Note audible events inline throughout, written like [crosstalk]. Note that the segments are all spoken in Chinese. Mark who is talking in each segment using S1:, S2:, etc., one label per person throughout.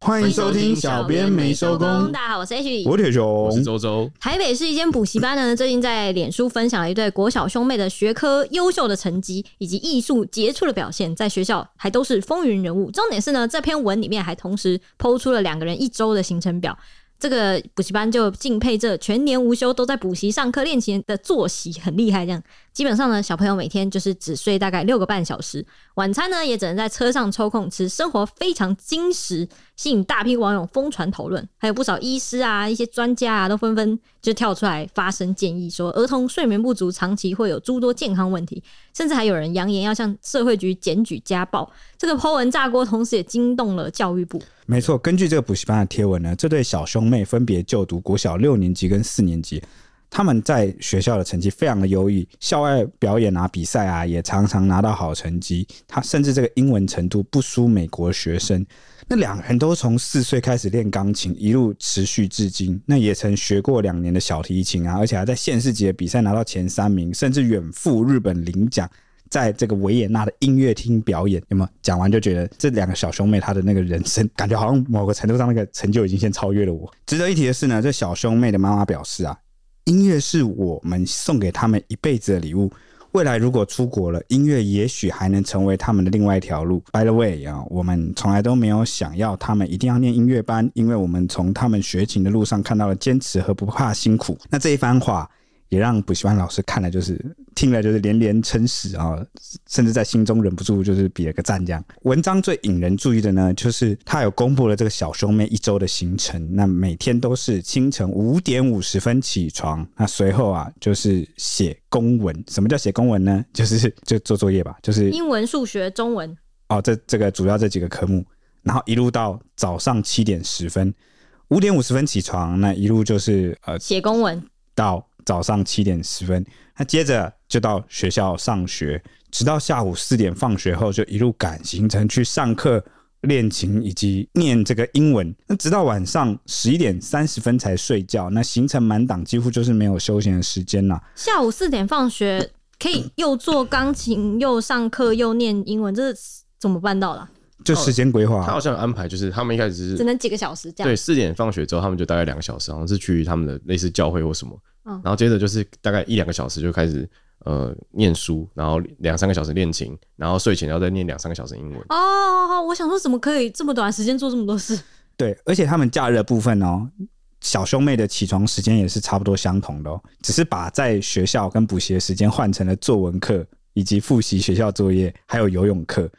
S1: 欢迎收听《小编没收工》，
S2: 大家好，我是 H，
S1: 我铁熊
S3: 我，是周周，
S2: 台北市一间补习班呢，最近在脸书分享了一对国小兄妹的学科优秀的成绩以及艺术杰出的表现，在学校还都是风云人物。重点是呢，这篇文里面还同时抛出了两个人一周的行程表。这个补习班就敬佩这全年无休都在补习上课练琴的作息很厉害，这样基本上呢，小朋友每天就是只睡大概六个半小时，晚餐呢也只能在车上抽空吃，生活非常精实，吸引大批网友疯传讨论，还有不少医师啊、一些专家啊都纷纷就跳出来发声建议说，儿童睡眠不足长期会有诸多健康问题，甚至还有人扬言要向社会局检举家暴。这个 Po 文炸锅，同时也惊动了教育部。
S1: 没错，根据这个补习班的贴文呢，这对小兄妹分别就读国小六年级跟四年级，他们在学校的成绩非常的优异，校外表演啊、比赛啊，也常常拿到好成绩。他甚至这个英文程度不输美国学生。那两人都从四岁开始练钢琴，一路持续至今。那也曾学过两年的小提琴啊，而且还在县市级的比赛拿到前三名，甚至远赴日本领奖。在这个维也纳的音乐厅表演，那么讲完就觉得这两个小兄妹她的那个人生，感觉好像某个程度上那个成就已经先超越了我。值得一提的是呢，这小兄妹的妈妈表示啊，音乐是我们送给他们一辈子的礼物。未来如果出国了，音乐也许还能成为他们的另外一条路。By the way 啊，我们从来都没有想要他们一定要念音乐班，因为我们从他们学琴的路上看到了坚持和不怕辛苦。那这一番话也让补习班老师看了就是听了就是连连称是啊，甚至在心中忍不住就是比了个赞。这样，文章最引人注意的呢，就是他有公布了这个小兄妹一周的行程，那每天都是清晨五点五十分起床，那随后啊就是写公文。什么叫写公文呢？就是就做作业吧，就是
S2: 英文、数学、中文，
S1: 哦，这这个主要这几个科目，然后一路到早上七点十分，五点五十分起床，那一路就是呃
S2: 写公文，
S1: 到早上七点十分，那接着就到学校上学，直到下午四点放学后，就一路赶行程去上课、练琴以及念这个英文。那直到晚上十一点三十分才睡觉，那行程满档，几乎就是没有休闲的时间啦。
S2: 下午四点放学可以又做钢琴，又上课，又念英文，这是怎么办到的啊？
S1: 就时间规划
S3: 他
S1: 啊、
S3: 好像有安排就是他们一开始
S2: 只
S3: 是
S2: 能几个小时这样
S3: 对。四点放学之后，他们就大概两个小时，好像是去他们的类似教会或什么，
S2: 嗯
S3: 然后接着就是大概一两个小时就开始呃念书，然后两三个小时练琴，然后睡前要再念两三个小时英文。
S2: 哦，我想说，怎么可以这么短时间做这么多事？
S1: 对，而且他们假日的部分哦，小兄妹的起床时间也是差不多相同的哦，只是把在学校跟补习的时间换成了作文课以及复习学校作业，还有游泳课。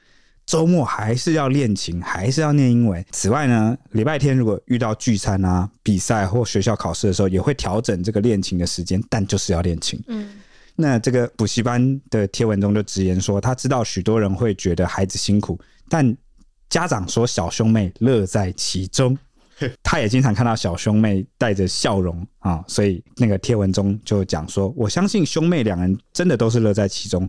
S1: 周末还是要练琴，还是要念英文。此外呢，礼拜天如果遇到聚餐啊、比赛或学校考试的时候，也会调整这个练琴的时间，但就是要练琴。
S2: 嗯，
S1: 那这个补习班的贴文中就直言说，他知道许多人会觉得孩子辛苦，但家长说小兄妹乐在其中。他也经常看到小兄妹带着笑容啊、所以那个贴文中就讲说，我相信兄妹两人真的都是乐在其中。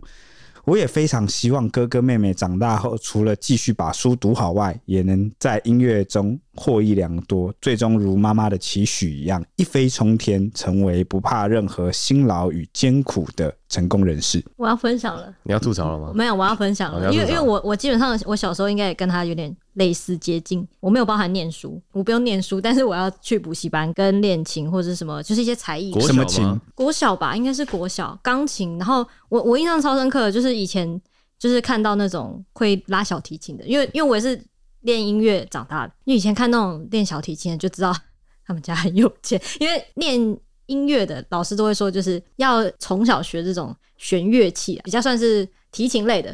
S1: 我也非常希望哥哥妹妹长大后，除了继续把书读好外，也能在音乐中获益良多，最终如妈妈的期许一样，一飞冲天，成为不怕任何辛劳与艰苦的成功人士。
S2: 我要分享了，
S3: 你要吐槽了吗？
S2: 没有，我要分享
S3: 哦
S2: 了，
S3: 你要
S2: 因为
S3: 分
S2: 因
S3: 享
S2: 为我我基本上我小时候应该也跟他有点类似接近，我没有包含念书，我不用念书，但是我要去补习班跟练琴或者是什么，就是一些才艺
S3: 国
S1: 什
S3: 小
S1: 么
S3: 吗
S1: 琴？
S2: 国小吧，应该是国小钢琴。然后我我印象超深刻的就是以前就是看到那种会拉小提琴的，因为因为我也是练音乐长大的，因为以前看那种练小提琴的就知道他们家很有钱，因为练音乐的老师都会说就是要从小学这种弦乐器、啊，比较算是提琴类的，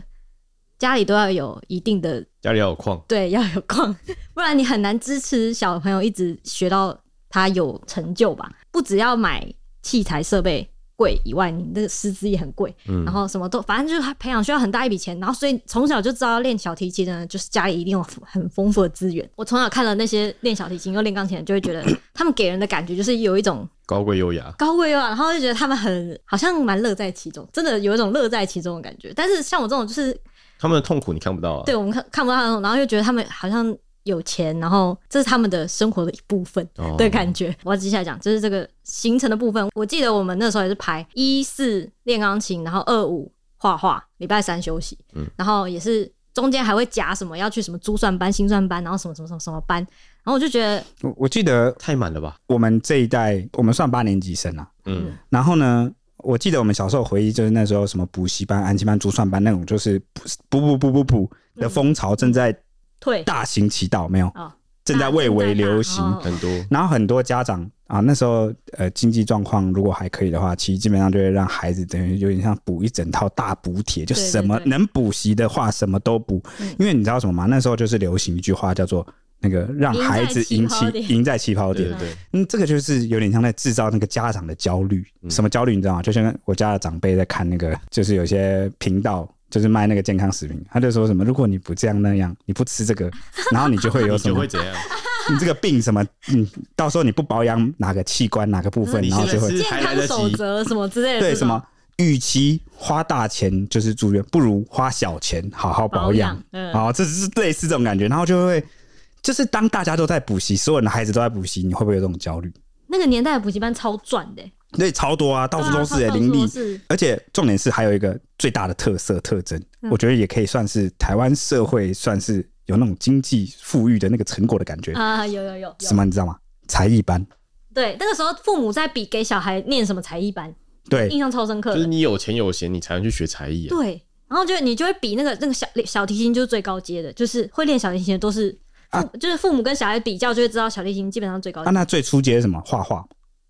S2: 家里都要有一定的
S3: 家里要有矿，
S2: 对，要有空， [laughs] 不然你很难支持小朋友一直学到他有成就吧。不只要买器材设备贵以外，你的师资也很贵，嗯
S3: 嗯
S2: 然后什么都，反正就是培养需要很大一笔钱。然后所以从小就知道练小提琴的人，就是家里一定有很丰富的资源。我从小看了那些练小提琴又练钢琴的人，就会觉得他们给人的感觉就是有一种
S3: 高贵优雅，
S2: 高贵啊，然后就觉得他们很好像蛮乐在其中，真的有一种乐在其中的感觉。但是像我这种就是
S3: 他们的痛苦你看不到啊。
S2: 对我们看看不到他那种，然后又觉得他们好像有钱，然后这是他们的生活的一部分
S3: 哦
S2: 的感觉。我要接下来讲，就是这个行程的部分。我记得我们那时候也是排一四练钢琴，然后二五画画，礼拜三休息，
S1: 嗯
S2: 然后也是中间还会夹什么要去什么珠算班、心算班，然后什么什么什么什么班，然后我就觉得
S1: 我我记得
S3: 太满了吧？
S1: 我们这一代，我们算八年级生啊。
S3: 嗯，
S1: 然后呢，我记得我们小时候回忆，就是那时候什么补习班、安亲班、珠算班那种，就是补补补补补补的风潮正在
S2: 退
S1: 大行其道，没有
S2: 哦，
S1: 正在蔚为流行。
S2: 哦
S3: 很多
S1: 然后很多家长啊，那时候呃经济状况如果还可以的话，其实基本上就会让孩子等于有点像补一整套大补帖，就
S2: 对对
S1: 什么
S2: 对
S1: 能补习的话什么都补。因为你知道什么吗？那时候就是流行一句话叫做那个让
S2: 赢在
S1: 孩子
S2: 起
S1: 赢
S2: 跑
S1: 起
S2: 点
S1: 赢在起跑
S3: 对
S1: 点
S3: 对。对，
S1: 嗯，这个就是有点像在制造那个家长的焦虑。什么焦虑？你知道吗？就像我家的长辈在看那个，就是有些频道。就是卖那个健康食品，他就说什么，如果你不这样那样，你不吃这个，然后你就会有
S3: 你
S1: 什
S3: 就
S1: 么
S3: 会怎
S2: [laughs]
S3: 样？
S1: [laughs] 你这个病什么，嗯，到时候你不保养哪个器官哪个部
S2: 嗯
S1: 分，
S3: 你
S1: 然后
S3: 现在
S1: 就会
S3: 是
S2: 健
S3: 还来
S2: 康
S3: 得
S2: 守
S3: 及，
S2: 则什么之类的，
S1: 对
S2: 这种
S1: 什么。与其花大钱就是住院，不如花小钱好好保养
S2: 保。养嗯
S1: 哦，这是类似这种感觉，然后就会就是当大家都在补习，所有人的孩子都在补习，你会不会有这种焦虑？
S2: 那个年代的补习班超赚的、欸，
S1: 对，超多啊，到处都是、欸、
S2: 到处
S1: 林
S2: 都
S1: 立，
S2: 是
S1: 而且重点是还有一个最大的特色特征，我觉得也可以算是台湾社会算是有那种经济富裕的那个成果的感觉，
S2: 啊，有有有有
S1: 什么你知道吗？才艺班，
S2: 对，那个时候父母在比给小孩念什么才艺班，
S1: 对，
S2: 印象超深刻
S3: 就是
S2: 的。
S3: 你有钱有闲，你才能去学才艺啊。
S2: 对，然后就你就会比那个那个小小提琴就是最高阶的，就是会练小提琴的都是父、就是父母跟小孩比较就会知道小提琴基本上最高
S1: 啊，
S2: 阶。
S1: 那最初阶是什么？画画。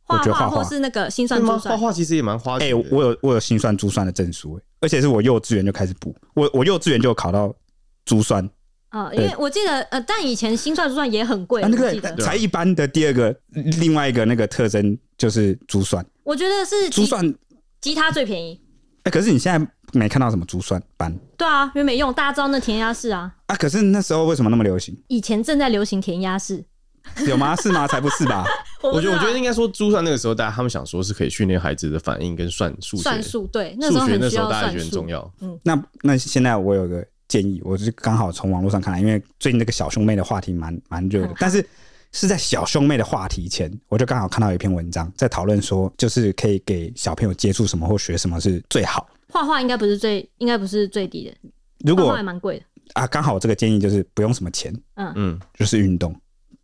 S1: 我
S2: 画
S1: 觉得画
S2: 或
S1: 画，
S2: 是那个心算
S3: 对
S2: 珠
S3: 吗？画
S2: 算，
S3: 画其实也蛮花
S1: 哎、
S3: 钱的。
S1: 我有我有心算珠算的证书、哎，而且是我幼稚园就开始补，我我幼稚园就考到珠算
S2: 啊、因为
S1: 对
S2: 我记得呃，但以前心算珠算也很贵，
S1: 啊，那
S2: 我记
S1: 个
S2: 得，
S3: 对啊
S1: 才艺班的第二个另外一个那个特征就是珠算，
S2: 我觉得是
S1: 珠
S2: 吉
S1: 算
S2: 吉他最便宜。
S1: 哎、可是你现在没看到什么珠算班
S2: 对啊，因为没用，大家知道那填鸭式啊，
S1: 啊，可是那时候为什么那么流行？
S2: 以前正在流行填鸭式。
S1: 有吗？是吗？才不是吧？
S2: 我不
S3: 我觉得，我
S2: 知道
S3: 觉得应该说，珠算那个时候，大家他们想说是可以训练孩子的反应跟算数学。
S2: 算数，对，那时候
S3: 数学
S2: 很
S3: 那
S2: 需
S3: 时候
S2: 要
S3: 大家
S2: 算嗯
S3: 觉得很
S2: 数
S3: 重。要。
S1: 那那现在我有个建议，我是刚好从网络上看来，因为最近那个小兄妹的话题蛮蛮热的，但是是在小兄妹的话题前，我就刚好看到一篇文章在讨论说，就是可以给小朋友接触什么或学什么是最好。
S2: 画画应该不是最，应该不是最低的，
S1: 如
S2: 画
S1: 果
S2: 画还蛮贵哦的。
S1: 啊，刚好这个建议就是不用什么钱，
S3: 嗯，
S1: 就是运动。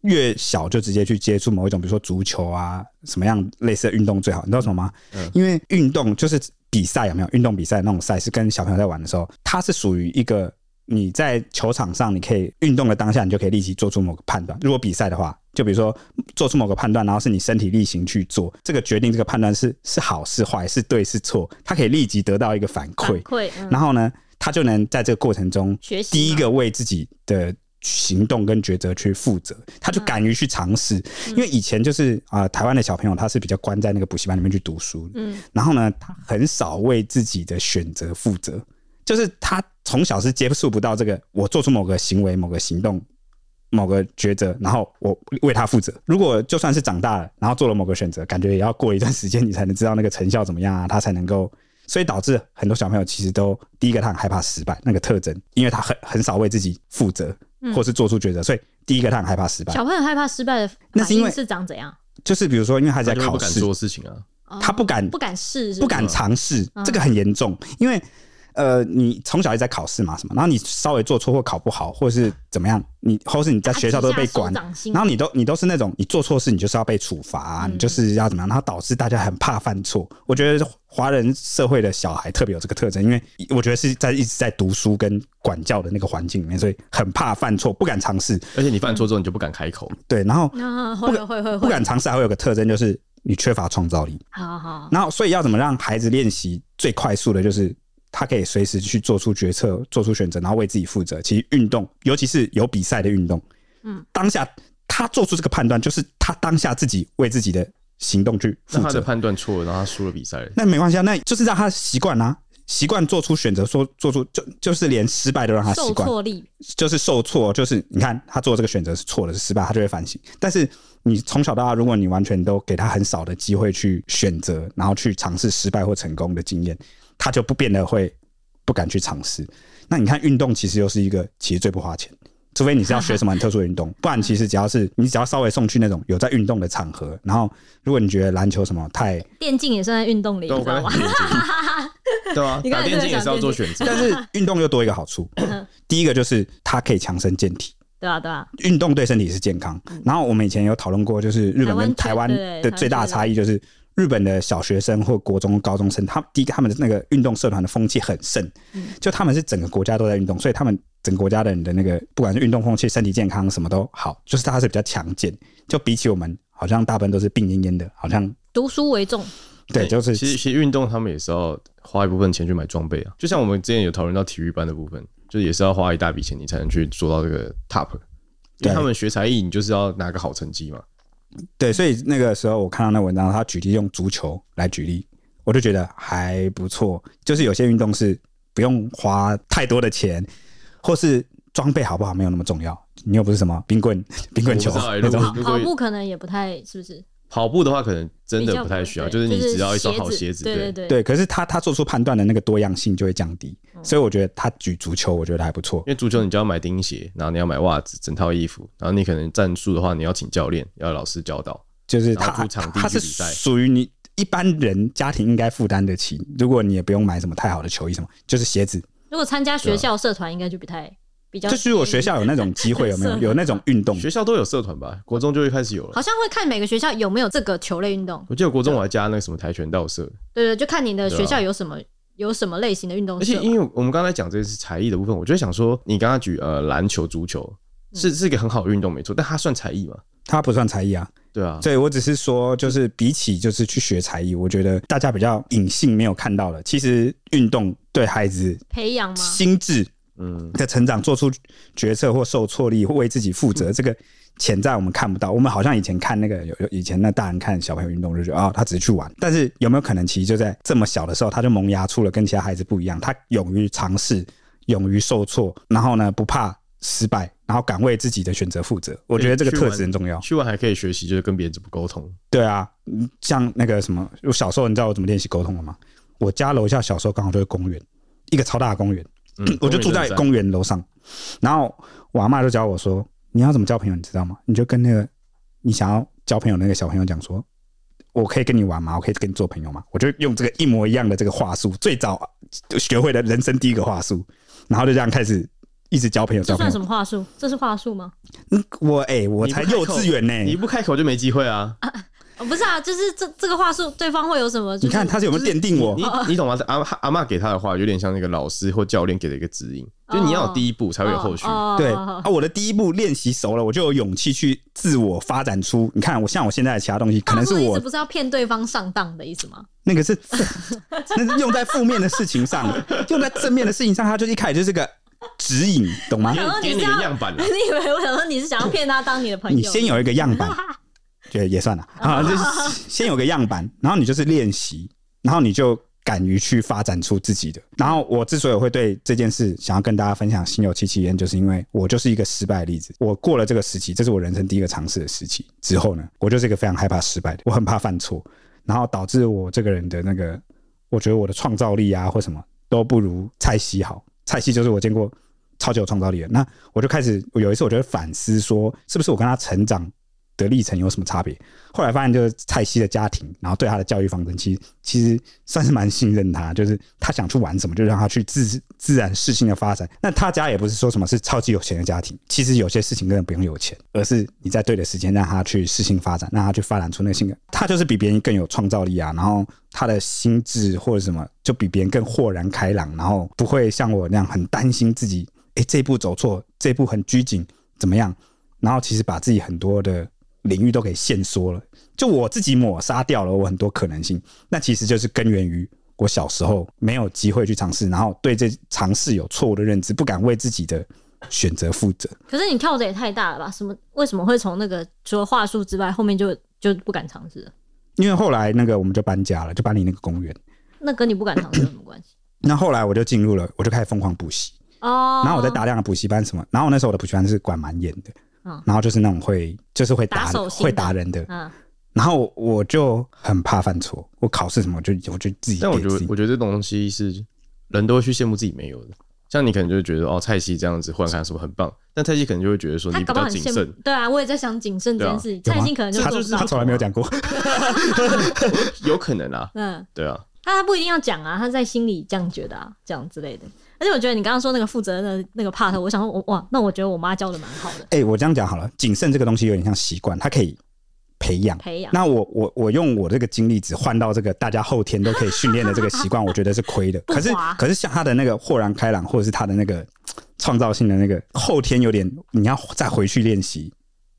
S1: 越小就直接去接触某一种，比如说足球啊，什么样类似的运动最好？你知道什么吗？因为运动就是比赛，有没有？运动比赛那种赛是跟小朋友在玩的时候，它是属于一个你在球场上你可以运动的当下，你就可以立即做出某个判断。如果比赛的话，就比如说做出某个判断，然后是你身体力行去做，这个决定这个判断是是好是坏，是对是错，它可以立即得到一个反馈。
S2: 馈，嗯，
S1: 然后呢，他就能在这个过程中
S2: 学习嘛
S1: 第一个为自己的行动跟抉择去负责，他
S2: 嗯
S1: 就敢于去尝试。因为以前就是啊、呃台湾的小朋友他是比较关在那个补习班里面去读书，嗯，然后呢，他很少为自己的选择负责，就是他从小是接触不到这个，我做出某个行为、某个行动。某个抉择，然后我为他负责。如果就算是长大了，然后做了某个选择，感觉也要过一段时间，你才能知道那个成效怎么样啊，他才能够。所以导致很多小朋友其实都第一个他很害怕失败那个特征，因为他很很少为自己负责，或是做出抉择，所以第一个他很害怕失败。
S2: 小朋友害怕失败的
S1: 那是
S2: 反
S1: 因
S2: 应
S1: 为
S2: 是长怎样？
S1: 就是比如说，因为他
S3: 大
S1: 在
S3: 家不
S1: 考
S3: 敢
S1: 试，
S3: 做事情啊。
S2: 哦
S1: 他不敢
S2: 不敢试，是
S1: 不
S2: 是
S1: 敢尝试，
S2: 嗯
S1: 这个很严重，因为呃，你从小一直在考试嘛，什么，然后你稍微做错或考不好，或是怎么样，你或是你在学校都被管
S2: 啊打击下手掌，心嗯
S1: 然后你都你都是那种你做错事你就是要被处罚、啊，你就是要怎么样，然后导致大家很怕犯错。我觉得华人社会的小孩特别有这个特征，因为我觉得是在一直在读书跟管教的那个环境里面，所以很怕犯错，不敢尝试。
S3: 而且你犯错之后，你就不敢开口。
S1: 对，然后
S2: 啊，
S1: 不
S2: 会
S1: 敢
S2: 会会
S1: 不
S2: 会，
S1: 敢尝试还会有个特征就是你缺乏创造力。
S2: 好好，
S1: 然后，所以要怎么让孩子练习最快速的，就是他可以随时去做出决策、做出选择，然后为自己负责。其实运动，尤其是有比赛的运动，嗯，当下他做出这个判断，就是他当下自己为自己的行动去负
S3: 那他的
S1: 责。
S3: 判断错了，然后他输了比赛了。
S1: 那没关系啊，那就是让他习惯啊，习惯做出选择，说做出就就是连失败都让他啊习
S2: 受
S1: 惯，
S2: 挫力，
S1: 就是受挫，就是你看他做这个选择是错的，是失败，他就会反省。但是你从小到大，如果你完全都给他很少的机会去选择，然后去尝试失败或成功的经验，他就不变得会不敢去尝试。那你看运动其实又是一个其实最不花钱。除非你是要学什么很特殊的运动，不然其实只要是你只要稍微送去那种有在运动的场合，然后如果你觉得篮球什么太
S2: 电竞也算在运动里，
S3: 对啊，
S2: 你
S3: 我
S2: 知道
S3: 刚
S2: 吗 [laughs]
S3: 刚？很电竞，对啊
S2: 你，刚
S3: 打
S2: 才
S3: 电
S2: 真的
S3: 竞也是要
S2: 讲
S3: 做
S2: 电竞
S3: 选择。
S1: 但是运动又多一个好处，第一个就是它可以强身健体，
S2: 对啊，对啊，
S1: 运动对身体是健康。然后我们以前有讨论过，就是日本跟台
S2: 嗯台
S1: 湾
S2: 湾
S1: 的
S2: 对
S1: 最大的差异就是。日本的小学生或国中、高中生，他们第一个他们的那个运动社团的风气很盛，
S2: 嗯
S1: 就他们是整个国家都在运动，所以他们整个国家的人的那个不管是运动风气、身体健康什么都好，就是他是比较强健，就比起我们好像大部分都是病恹恹的，好像
S2: 读书为重，
S1: 对，就是
S3: 其实其实运动他们也是要花一部分钱去买装备啊，就像我们之前有讨论到体育班的部分，就也是要花一大笔钱你才能去做到这个 top，因
S1: 对
S3: 为他们学才艺你就是要拿个好成绩嘛。
S1: 对，所以那个时候我看到那文章，他举例用足球来举例，我就觉得还不错。就是有些运动是不用花太多的钱，或是装备好不好没有那么重要。你又不是什么冰棍、冰
S3: 我
S1: 棍
S3: 不知
S1: 球
S3: 道欸
S1: 那
S3: 如
S1: 种，
S3: 果如
S2: 跑步
S3: 果
S2: 可能也不太是不是？
S3: 跑步的话，可能真
S2: 比
S3: 的
S2: 较
S3: 不太需要，
S2: 对
S3: 就是你只要一双
S2: 鞋
S3: 好鞋子，
S2: 对对
S3: 对，
S1: 对。
S2: 对
S1: 可是他他做出判断的那个多样性就会降低，所以我觉得他举足球，我觉得还不错。
S3: 因为足球你就要买钉鞋，然后你要买袜子，整套衣服，然后你可能战术的话，你要请教练，要老师教导。
S1: 就是
S3: 然后
S1: 他
S3: 出场地
S1: 他
S3: 去
S1: 是
S3: 比赛
S1: 属于你一般人家庭应该负担得起。如果你也不用买什么太好的球衣什么，就是鞋子
S2: 如果参加学校社团，应该就不太比较。
S1: 就是我学校有那种机会，有没有？有那种运动，
S3: 学校都有社团吧？国中就会开始有了
S2: 好。像会看每个学校有没有这个球类运动，
S3: 我记得国中我还加那个什么跆拳道社，
S2: 对对，就看你的
S3: 对啊
S2: 学校有什么有什么类型的运动
S3: 而且
S2: 社。
S3: 因为我们刚才讲这是才艺的部分，我就会想说，你刚刚举呃篮球、足球是是一个很好的运动，没错，但它算才艺嘛？
S1: 它不算才艺啊。
S3: 对啊，
S1: 对，我只是说，就是比起就是去学才艺，我觉得大家比较隐性没有看到的，其实运动对孩子
S2: 培养吗？
S1: 心智
S3: 嗯，
S1: 的成长做出决策或受挫力，或为自己负
S3: 嗯
S1: 责，这个潜在我们看不到。我们好像以前看那个有有以前那大人看小朋友运动，就觉得啊、他只是去玩，但是有没有可能其实就在这么小的时候，他就萌芽出了跟其他孩子不一样，他勇于尝试，勇于受挫，然后呢不怕失败，然后敢为自己的选择负责。我觉得这个
S3: 去玩
S1: 特质很重要。
S3: 去玩还可以学习，就是跟别人怎么沟通。
S1: 对啊，嗯像那个什么，我小时候你知道我怎么练习沟通的吗？我家楼下小时候刚好就是公园，一个超大的公园，
S3: 嗯
S1: 我就住在公园楼上。然后我阿妈就教我说，你要怎么交朋友，你知道吗？你就跟那个你想要交朋友的那个小朋友讲说，我可以跟你玩吗？我可以跟你做朋友吗？我就用这个一模一样的这个话术，最早学会的人生第一个话术，然后就这样开始一直交朋友，
S2: 这
S1: 交朋
S2: 算什
S1: 友。
S2: 么话术？这是话术吗？
S1: 嗯我哎、我
S3: 你不
S1: 才
S3: 开
S1: 幼
S3: 口
S1: 稚园呢、
S3: 你不开口就没机会啊！
S2: 哦，不是啊，就是这这个话术，对方会有什么？就是
S1: 你看他是有没有奠
S2: 哦
S1: 定我？
S3: 你你懂吗？阿阿妈给他的话有点像那个老师或教练给的一个指引，就是你要有第一步才会有后续。
S2: 哦
S1: 对
S2: 哦
S1: 啊
S2: 哦，
S1: 我的第一步练习熟了，我就有勇气去自我发展出。你看，我像我现在的其他东西，可能是
S2: 话术的意思
S1: 我
S2: 哦不是要骗对方上当的意思吗？
S1: 那个是，那是用在负面的事情上，用在正面的事情上，它就一开始就是个指引，懂吗
S3: 给？
S2: 然后
S3: 给
S2: 你
S3: 你
S2: 这
S3: 个
S2: 样 [laughs]
S3: 样板了，
S2: 你以为我想说你是想要骗他当你的朋友？
S1: 啊
S2: 哦
S1: 你先有一个样
S2: [laughs]
S1: 板，觉得也算了啊，就是先有个样板，然后你就是练习，然后你就敢于去发展出自己的。然后我之所以会对这件事想要跟大家分享心有戚戚焉，就是因为我就是一个失败的例子。我过了这个时期，这是我人生第一个尝试的时期之后呢，我就是一个非常害怕失败的，我很怕犯错，然后导致我这个人的那个，我觉得我的创造力啊或什么都不如蔡西好。蔡西就是我见过超级有创造力的。那我就开始我有一次，我就会反思说，是不是我跟他成长的历程有什么差别？后来发现，就是蔡西的家庭，然后对他的教育方针，其实其实算是蛮信任他，就是他想去玩什么，就让他去自自然适性的发展。那他家也不是说什么是超级有钱的家庭，其实有些事情根本不用有钱，而是你在对的时间让他去适性发展，让他去发展出那个性格。他就是比别人更有创造力啊，然后他的心智或者什么就比别人更豁然开朗，然后不会像我那样很担心自己，诶，这一步走错，这一步很拘谨，怎么样？然后其实把自己很多的领域都给限缩了，就我自己抹杀掉了我很多可能性。那其实就是根源于我小时候没有机会去尝试，然后对这尝试有错误的认知，不敢为自己的选择负责。
S2: 可是你跳的也太大了吧？什么？为什么会从那个除了话术之外，后面就就不敢尝试了？
S1: 因为后来那个我们就搬家了，就搬离那个公园。
S2: 那跟你不敢尝试有什么关系？
S1: 那后来我就进入了，我就开始疯狂补习，
S2: 哦，
S1: [coughs] 然后我在大量的补习班什么，然后那时候我的补习班是管蛮严的
S2: 嗯，
S1: 然后就是那种会就是会
S2: 打
S1: 打
S2: 手心的
S1: 会打人的，
S2: 嗯，
S1: 然后我就很怕犯错，我考试什么我就我就自己
S3: 但我
S1: 给
S3: 觉
S1: 自
S3: 得，
S1: 己
S3: 我觉得这种东西是人都会去羡慕自己没有的。像你可能就会觉得哦，蔡西这样子忽然看什么很棒，但蔡西可能就会觉得说你
S2: 他
S3: 比
S2: 搞不好
S3: 较
S2: 很
S3: 谨
S2: 羡
S3: 慎
S2: 慕。。对啊，我也在想谨慎这件事，
S1: 有
S2: 蔡
S1: 吗
S2: 心可能就
S1: 啊他
S2: 做不
S1: 他
S2: 到。
S1: 从来没有讲过，
S3: 有可能啊，
S2: 嗯，
S3: 对啊，
S2: 他他不一定要讲啊，他在心里这样觉得啊，这样之类的。而且我觉得你刚刚说那个负责任的那个 part，我想说，我哇，那我觉得我妈教的蛮好的，
S1: 哎、我这样讲好了，谨慎这个东西有点像习惯，它可以培养。
S2: 培养。
S1: 那我我我用我这个经历只换到这个大家后天都可以训练的这个
S2: [laughs]
S1: 习惯，我觉得是亏的。
S2: 不
S1: 可是
S2: 滑
S1: 可是像他的那个豁然开朗，或者是他的那个嘖创造性的那个后天有点，你要再回去练习，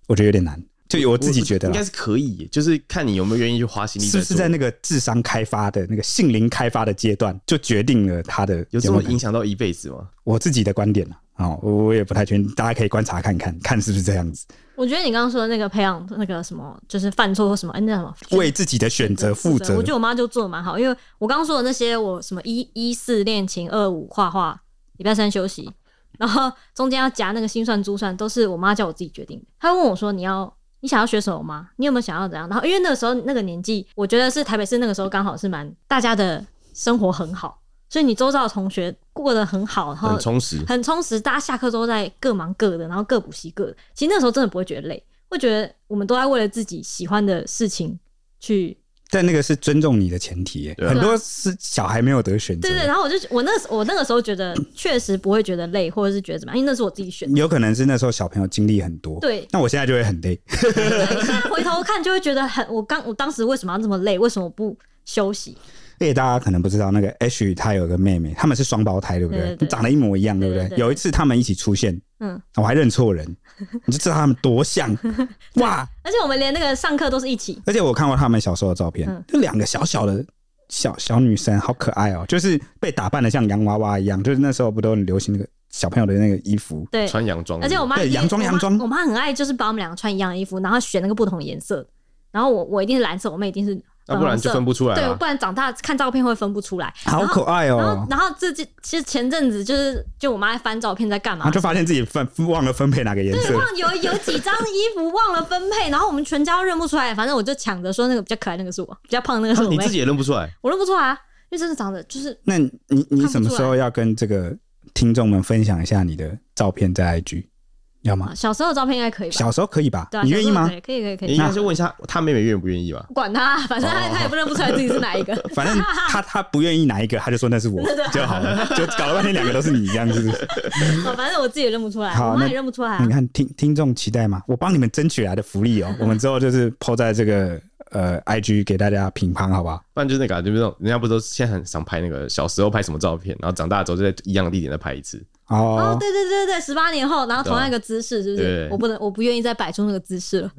S1: 我觉得有点难。就我自己觉得
S3: 应
S1: 啦
S3: 该，是可以，就是看你有没有愿意去花心力
S1: 是不是在
S3: 做
S1: 那个智商开发的那个性灵开发的阶段，就决定了他的
S3: 有这么
S1: 没有
S3: 影响到一辈子吗？
S1: 我自己的观点了、啊。哦，我我也不太确定，大家可以观察看看，看是不是这样子，
S2: 我觉得你刚刚说的那个培养那个什么，就是犯错或什么，哎，那叫什么
S1: 为自己的选择负责
S2: 我觉。得我妈就做的蛮好，因为我刚刚说的那些，我什么一一四练琴，二五画画，礼拜三休息，然后中间要夹那个心算珠算，都是我妈叫我自己决定的。她问我说：“你要你想要学什么吗？你有没有想要怎样？”然后因为那个时候那个年纪，我觉得是台北市那个时候刚好是蛮大家的生活很好，所以你周遭的同学过得很好，然后
S3: 很充实，
S2: 哦很充实，大家下课都在各忙各的，然后各补习各的。其实那时候真的不会觉得累，会觉得我们都在为了自己喜欢的事情去
S1: 但那个是尊重你的前提耶，
S3: 对啊
S1: 很多是小孩没有得选择，
S2: 对对，然后我就我那我那个时候觉得确实不会觉得累，或者是觉得怎么样，因为那是我自己选的。
S1: 有可能是那时候小朋友经历很多。，
S2: 对
S1: 那我现在就会很累，
S2: 现在回头看就会觉得很，我刚我当时为什么要这么累？为什么不休息？
S1: 而且大家可能不知道，那个 H 她有个妹妹，他们是双胞胎，对不对？
S2: 对对对
S1: 长得一模一样，对不对？
S2: 对对对
S1: 有一次他们一起出现，哦
S2: 嗯，
S1: 我还认
S2: [laughs]
S1: 错人，你就知道他们多像哇！
S2: 而且我们连那个上课都是一起，
S1: 而且我看过他们小时候的照片
S2: 嗯，
S1: 就两个小小的小小女生，好可爱哦、就是被打扮的像洋娃娃一样，就是那时候不都很流行那个小朋友的那个衣服，
S2: 对，
S3: 穿洋装，
S2: 而且我妈
S1: 对
S2: 一定
S1: 洋装
S2: 我妈
S1: 洋装
S2: 我妈很爱就是把我们两个穿一样的衣服，然后选那个不同的颜色，然后我我一定是蓝色，我妹一定是呃
S3: 那不
S2: 粉
S3: 然
S2: 红色
S3: 就分不出来
S2: 对，
S3: 啊
S2: 不然长大看照片会分不出来。
S1: 好可爱
S2: 然后
S1: 哦、
S2: 然后这这其实前阵子就是就我妈在翻照片在干嘛
S1: 然后就发现自己分忘了分配哪个颜色
S2: 对，，忘有有几张衣服忘了分配，然后我们全家都认不出来。反正我就抢着说那个比较可爱那个是我，比较胖那个是
S3: 啊
S1: 哦
S2: 我
S3: 你
S2: 妹
S3: 自，己也认不出来，
S2: 我认不出来、啊，因为真的长得就是
S1: 那你你你
S2: 看不
S1: 什么
S2: 出
S1: 时候要跟这个听众们分享一下你的照片在 IG？要吗？
S2: 啊小时候的照片应该可以吧？
S1: 小时候可以吧？
S2: 对啊，
S1: 你愿意吗
S2: 小时？候可以可以可以可
S3: 你
S2: 以， [laughs]
S3: 应该是问一下他妹妹愿不愿意吧？
S2: 管他，反正他他也不认不出来自己是哪一
S1: [laughs]
S2: 个。
S1: 反正他他不愿意哪一个，他就说那是我
S2: [laughs] 对对
S1: 就好了，就搞了半天两个都是你这样，是不是？
S2: 哦反正我自己也认不出来，
S1: 好
S2: 我妈
S1: 那
S2: 也认不出来、啊
S1: 你。看听听众期待吗？我帮你们争取来的福利哦，我们之后就是 PO 在这个呃 IG 给大家评判，好不好？
S3: 不然就是那个啊、就是那种人家不都现在很常拍那个小时候拍什么照片，然后长大之后就在一样的地点再拍一次，
S2: 哦，
S1: 哦，
S2: 对对对对，十八年后，然后同样一个姿势，是不是
S3: 对？
S2: 我不能，我不愿意再摆出那个姿势
S1: [laughs]
S2: 了，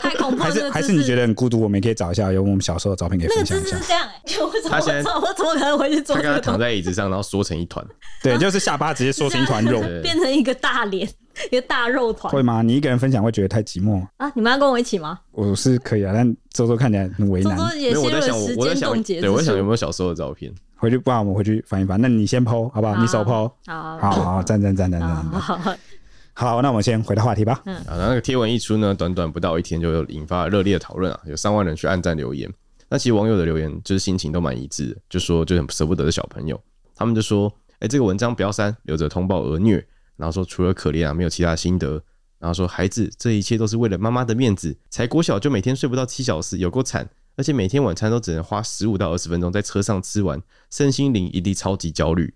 S2: 太恐怖
S1: 还
S2: 了。那
S1: 是
S2: 个
S1: 还
S2: 姿
S1: 是
S2: 势，
S1: 你觉得很孤独？我们也可以找一下有我们小时候的照片给
S2: 那个
S1: 分享
S2: 姿
S1: 一
S2: 势
S1: 下
S2: 是。这样、欸？ [laughs] 我怎么
S3: 他现在
S2: 我怎么可能回去做
S3: 他
S2: 这
S3: 刚
S2: 个动
S3: 刚躺
S2: 作？
S3: 在椅子上，然后缩成一团，
S1: 对，就是下巴直接缩成一团肉，
S3: 对
S2: 变成一个大脸，一个大肉团
S1: 会吗？你一个人分享会觉得太寂寞吗？
S2: 啊！你们要跟我一起吗？
S1: 我是可以啊，但周周看起来很为
S2: 周
S1: 难。
S2: 周也
S3: 没有
S2: 陷
S3: 我
S2: 入
S3: 在
S2: 了
S3: 想我
S2: 时
S3: 我在
S2: 间冻
S3: 想
S2: 结
S3: 对我
S2: 之
S3: 在想有
S2: 术。
S3: 没有小时候的照片，
S1: 回去，不然我们回去翻一翻。那你先剖好不好？你手剖。
S2: 好
S1: 好好，赞赞赞赞赞赞。
S2: 好 [laughs] 好，
S1: 好，那我们先回到话题吧。
S3: 啊，那个贴文一出呢，短短不到一天就有引发热烈的讨论啊，有三万人去按赞留言。那其实网友的留言就是心情都蛮一致的，就说就很舍不得的小朋友，他们就说，哎、这个文章不要删，留着通报而虐。然后说除了可怜啊，没有其他心得。然后说孩子，这一切都是为了妈妈的面子，才国小就每天睡不到七小时，有够惨。而且每天晚餐都只能花十五到二十分钟在车上吃完，身心灵一定超级焦虑。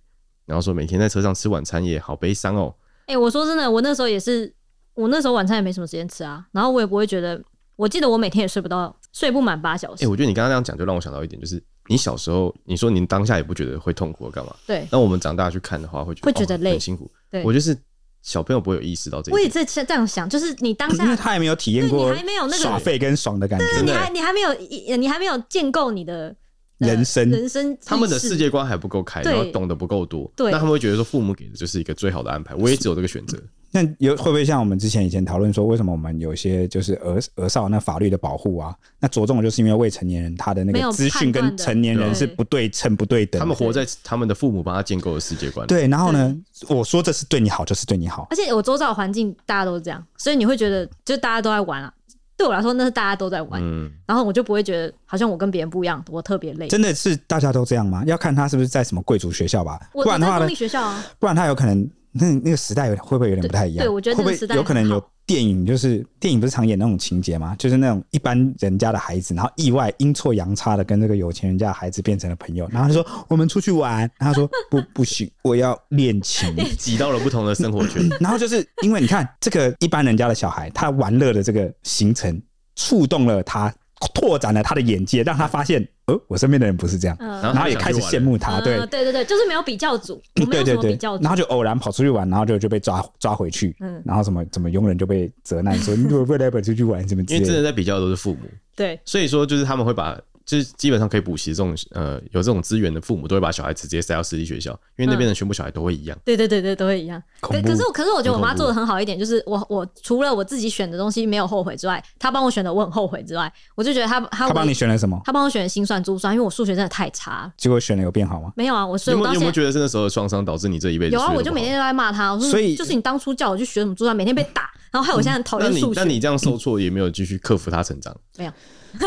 S3: 然后说每天在车上吃晚餐也好悲伤哦，
S2: 哎、我说真的，我那时候也是，我那时候晚餐也没什么时间吃啊，然后我也不会觉得，我记得我每天也睡不到，睡不满八小
S3: 哎、
S2: 时。
S3: 我觉得你刚刚那样讲，就让我想到一点，就是你小时候，你说你当下也不觉得会痛苦或干嘛，
S2: 对，
S3: 那我们长大去看的话，会觉得
S2: 会觉得
S3: 哦
S2: 累
S3: 很辛苦。
S2: 对
S3: 我就是小朋友不会有意识到这一
S2: 我也
S3: 点，
S2: 在这样想，就是你当
S3: [clears throat]
S1: 因为
S2: 下，
S1: 他还没有体验
S2: 对
S1: 过
S2: 你还没有那个
S1: 耍废跟爽的感
S2: 就是
S1: 觉，
S2: 你
S3: 真的
S2: 还你还没有一，你还没有建构你的、呃
S1: 人生
S2: 人生
S3: 他们的
S2: 意识
S3: 世界观还不够开，
S2: 对
S3: 然后懂得不够多，
S2: 对
S3: 那他们会觉得说父母给的就是一个最好的安排，我也只有这个选择。
S1: 那有会不会像我们之前以前讨论说，为什么我们有些就是儿儿少那法律的保护啊？那着重的就是因为未成年人他的那
S2: 没
S1: 个
S2: 有
S1: 资讯
S2: 判断
S1: 跟
S2: 的
S1: 成年人
S2: 对
S1: 是不对称、不对等的。
S3: 他们活在他们的父母帮他建构的世界观。，
S1: 对，然后呢，我说这是对你好，就是对你好。
S2: 而且我周遭的环境大家都这样，所以你会觉得就大家都在玩啊。对我来说，那是大家都在玩，
S3: 嗯，
S2: 然后我就不会觉得好像我跟别人不一样，我特别累。
S1: 真的是大家都这样吗？要看他是不是在什么贵族学校吧，
S2: 我
S1: 不然的
S2: 在
S1: 话
S2: 公
S1: 呢
S2: 立，学校啊，
S1: 不然他有可能那那个时代有会不会有点不太一样？
S2: 对对我觉得
S1: 会不
S2: 那个
S1: 会
S2: 时代
S1: 有可能
S2: 很好
S1: 有电影，就是电影不是常演那种情节吗？就是那种一般人家的孩子，然后意外阴错阳差的跟这个有钱人家的孩子变成了朋友，然后他说我们出去玩，然后他说不不行，我要练琴。
S3: 挤到了不同的生
S1: [laughs]
S3: 活圈。
S2: [laughs]
S1: 然后就是因为你看这个一般人家的小孩，他玩乐的这个行程触动了他，拓展了他的眼界，让他发现，呃，我身边的人不是这样，
S2: 嗯、
S3: 然后
S1: 然后也
S3: 啊他
S1: 开
S3: 想去
S1: 始
S3: 玩
S1: 羡慕他，
S2: 呃
S1: 对，
S2: 对对对，就是没有比较组，我没
S1: 对
S2: 有什
S1: 对
S2: 么比
S1: 对
S2: 较，组，
S1: 然后就偶然跑出去玩，然后就就被抓抓回去，
S2: 嗯
S1: 然后什么怎么佣人就被责难
S2: [laughs]
S1: 说你怎么不带本出去玩什么之
S3: 因
S1: 类
S3: 为真的
S1: 的。
S3: 在比较的都是父母，
S2: 对
S3: 所以说就是他们会把，就是基本上可以补习这种呃有这种资源的父母都会把小孩直接塞到私立学校，因为那边
S2: 嗯
S3: 的全部小孩都会一样。
S2: 对对对对，都会一样。可
S1: 恐怖
S2: 可是我可是我觉得我妈
S3: 很恐怖
S2: 做的很好一点，就是我我除了我自己选的东西没有后悔之外，她帮我选的我很后悔之外，我就觉得她她
S1: 他帮你
S2: 唯
S1: 选了什么？
S2: 她帮我选的心算珠算，因为我数学真的太差了。
S1: 结果选了有变好
S2: [laughs]
S1: 吗？
S2: 没有啊，我
S3: 你
S2: 所以
S3: 有
S2: 我
S3: 没有
S2: 到
S3: 你有没有
S2: 现在
S3: 觉得是那时候的创伤导致你这一辈子
S2: 有啊，
S3: 学得
S2: 我
S3: 不
S2: 就
S3: 好
S2: 每天都在骂她，我说
S1: 所以
S2: 就是你当初叫我去学什么珠算，每天被打，然后害我现在很讨
S3: 嗯那
S2: 厌
S3: 你
S2: 数
S3: 那
S2: 学。
S3: 你这样受挫也没有继续克服他成长，
S2: 没有，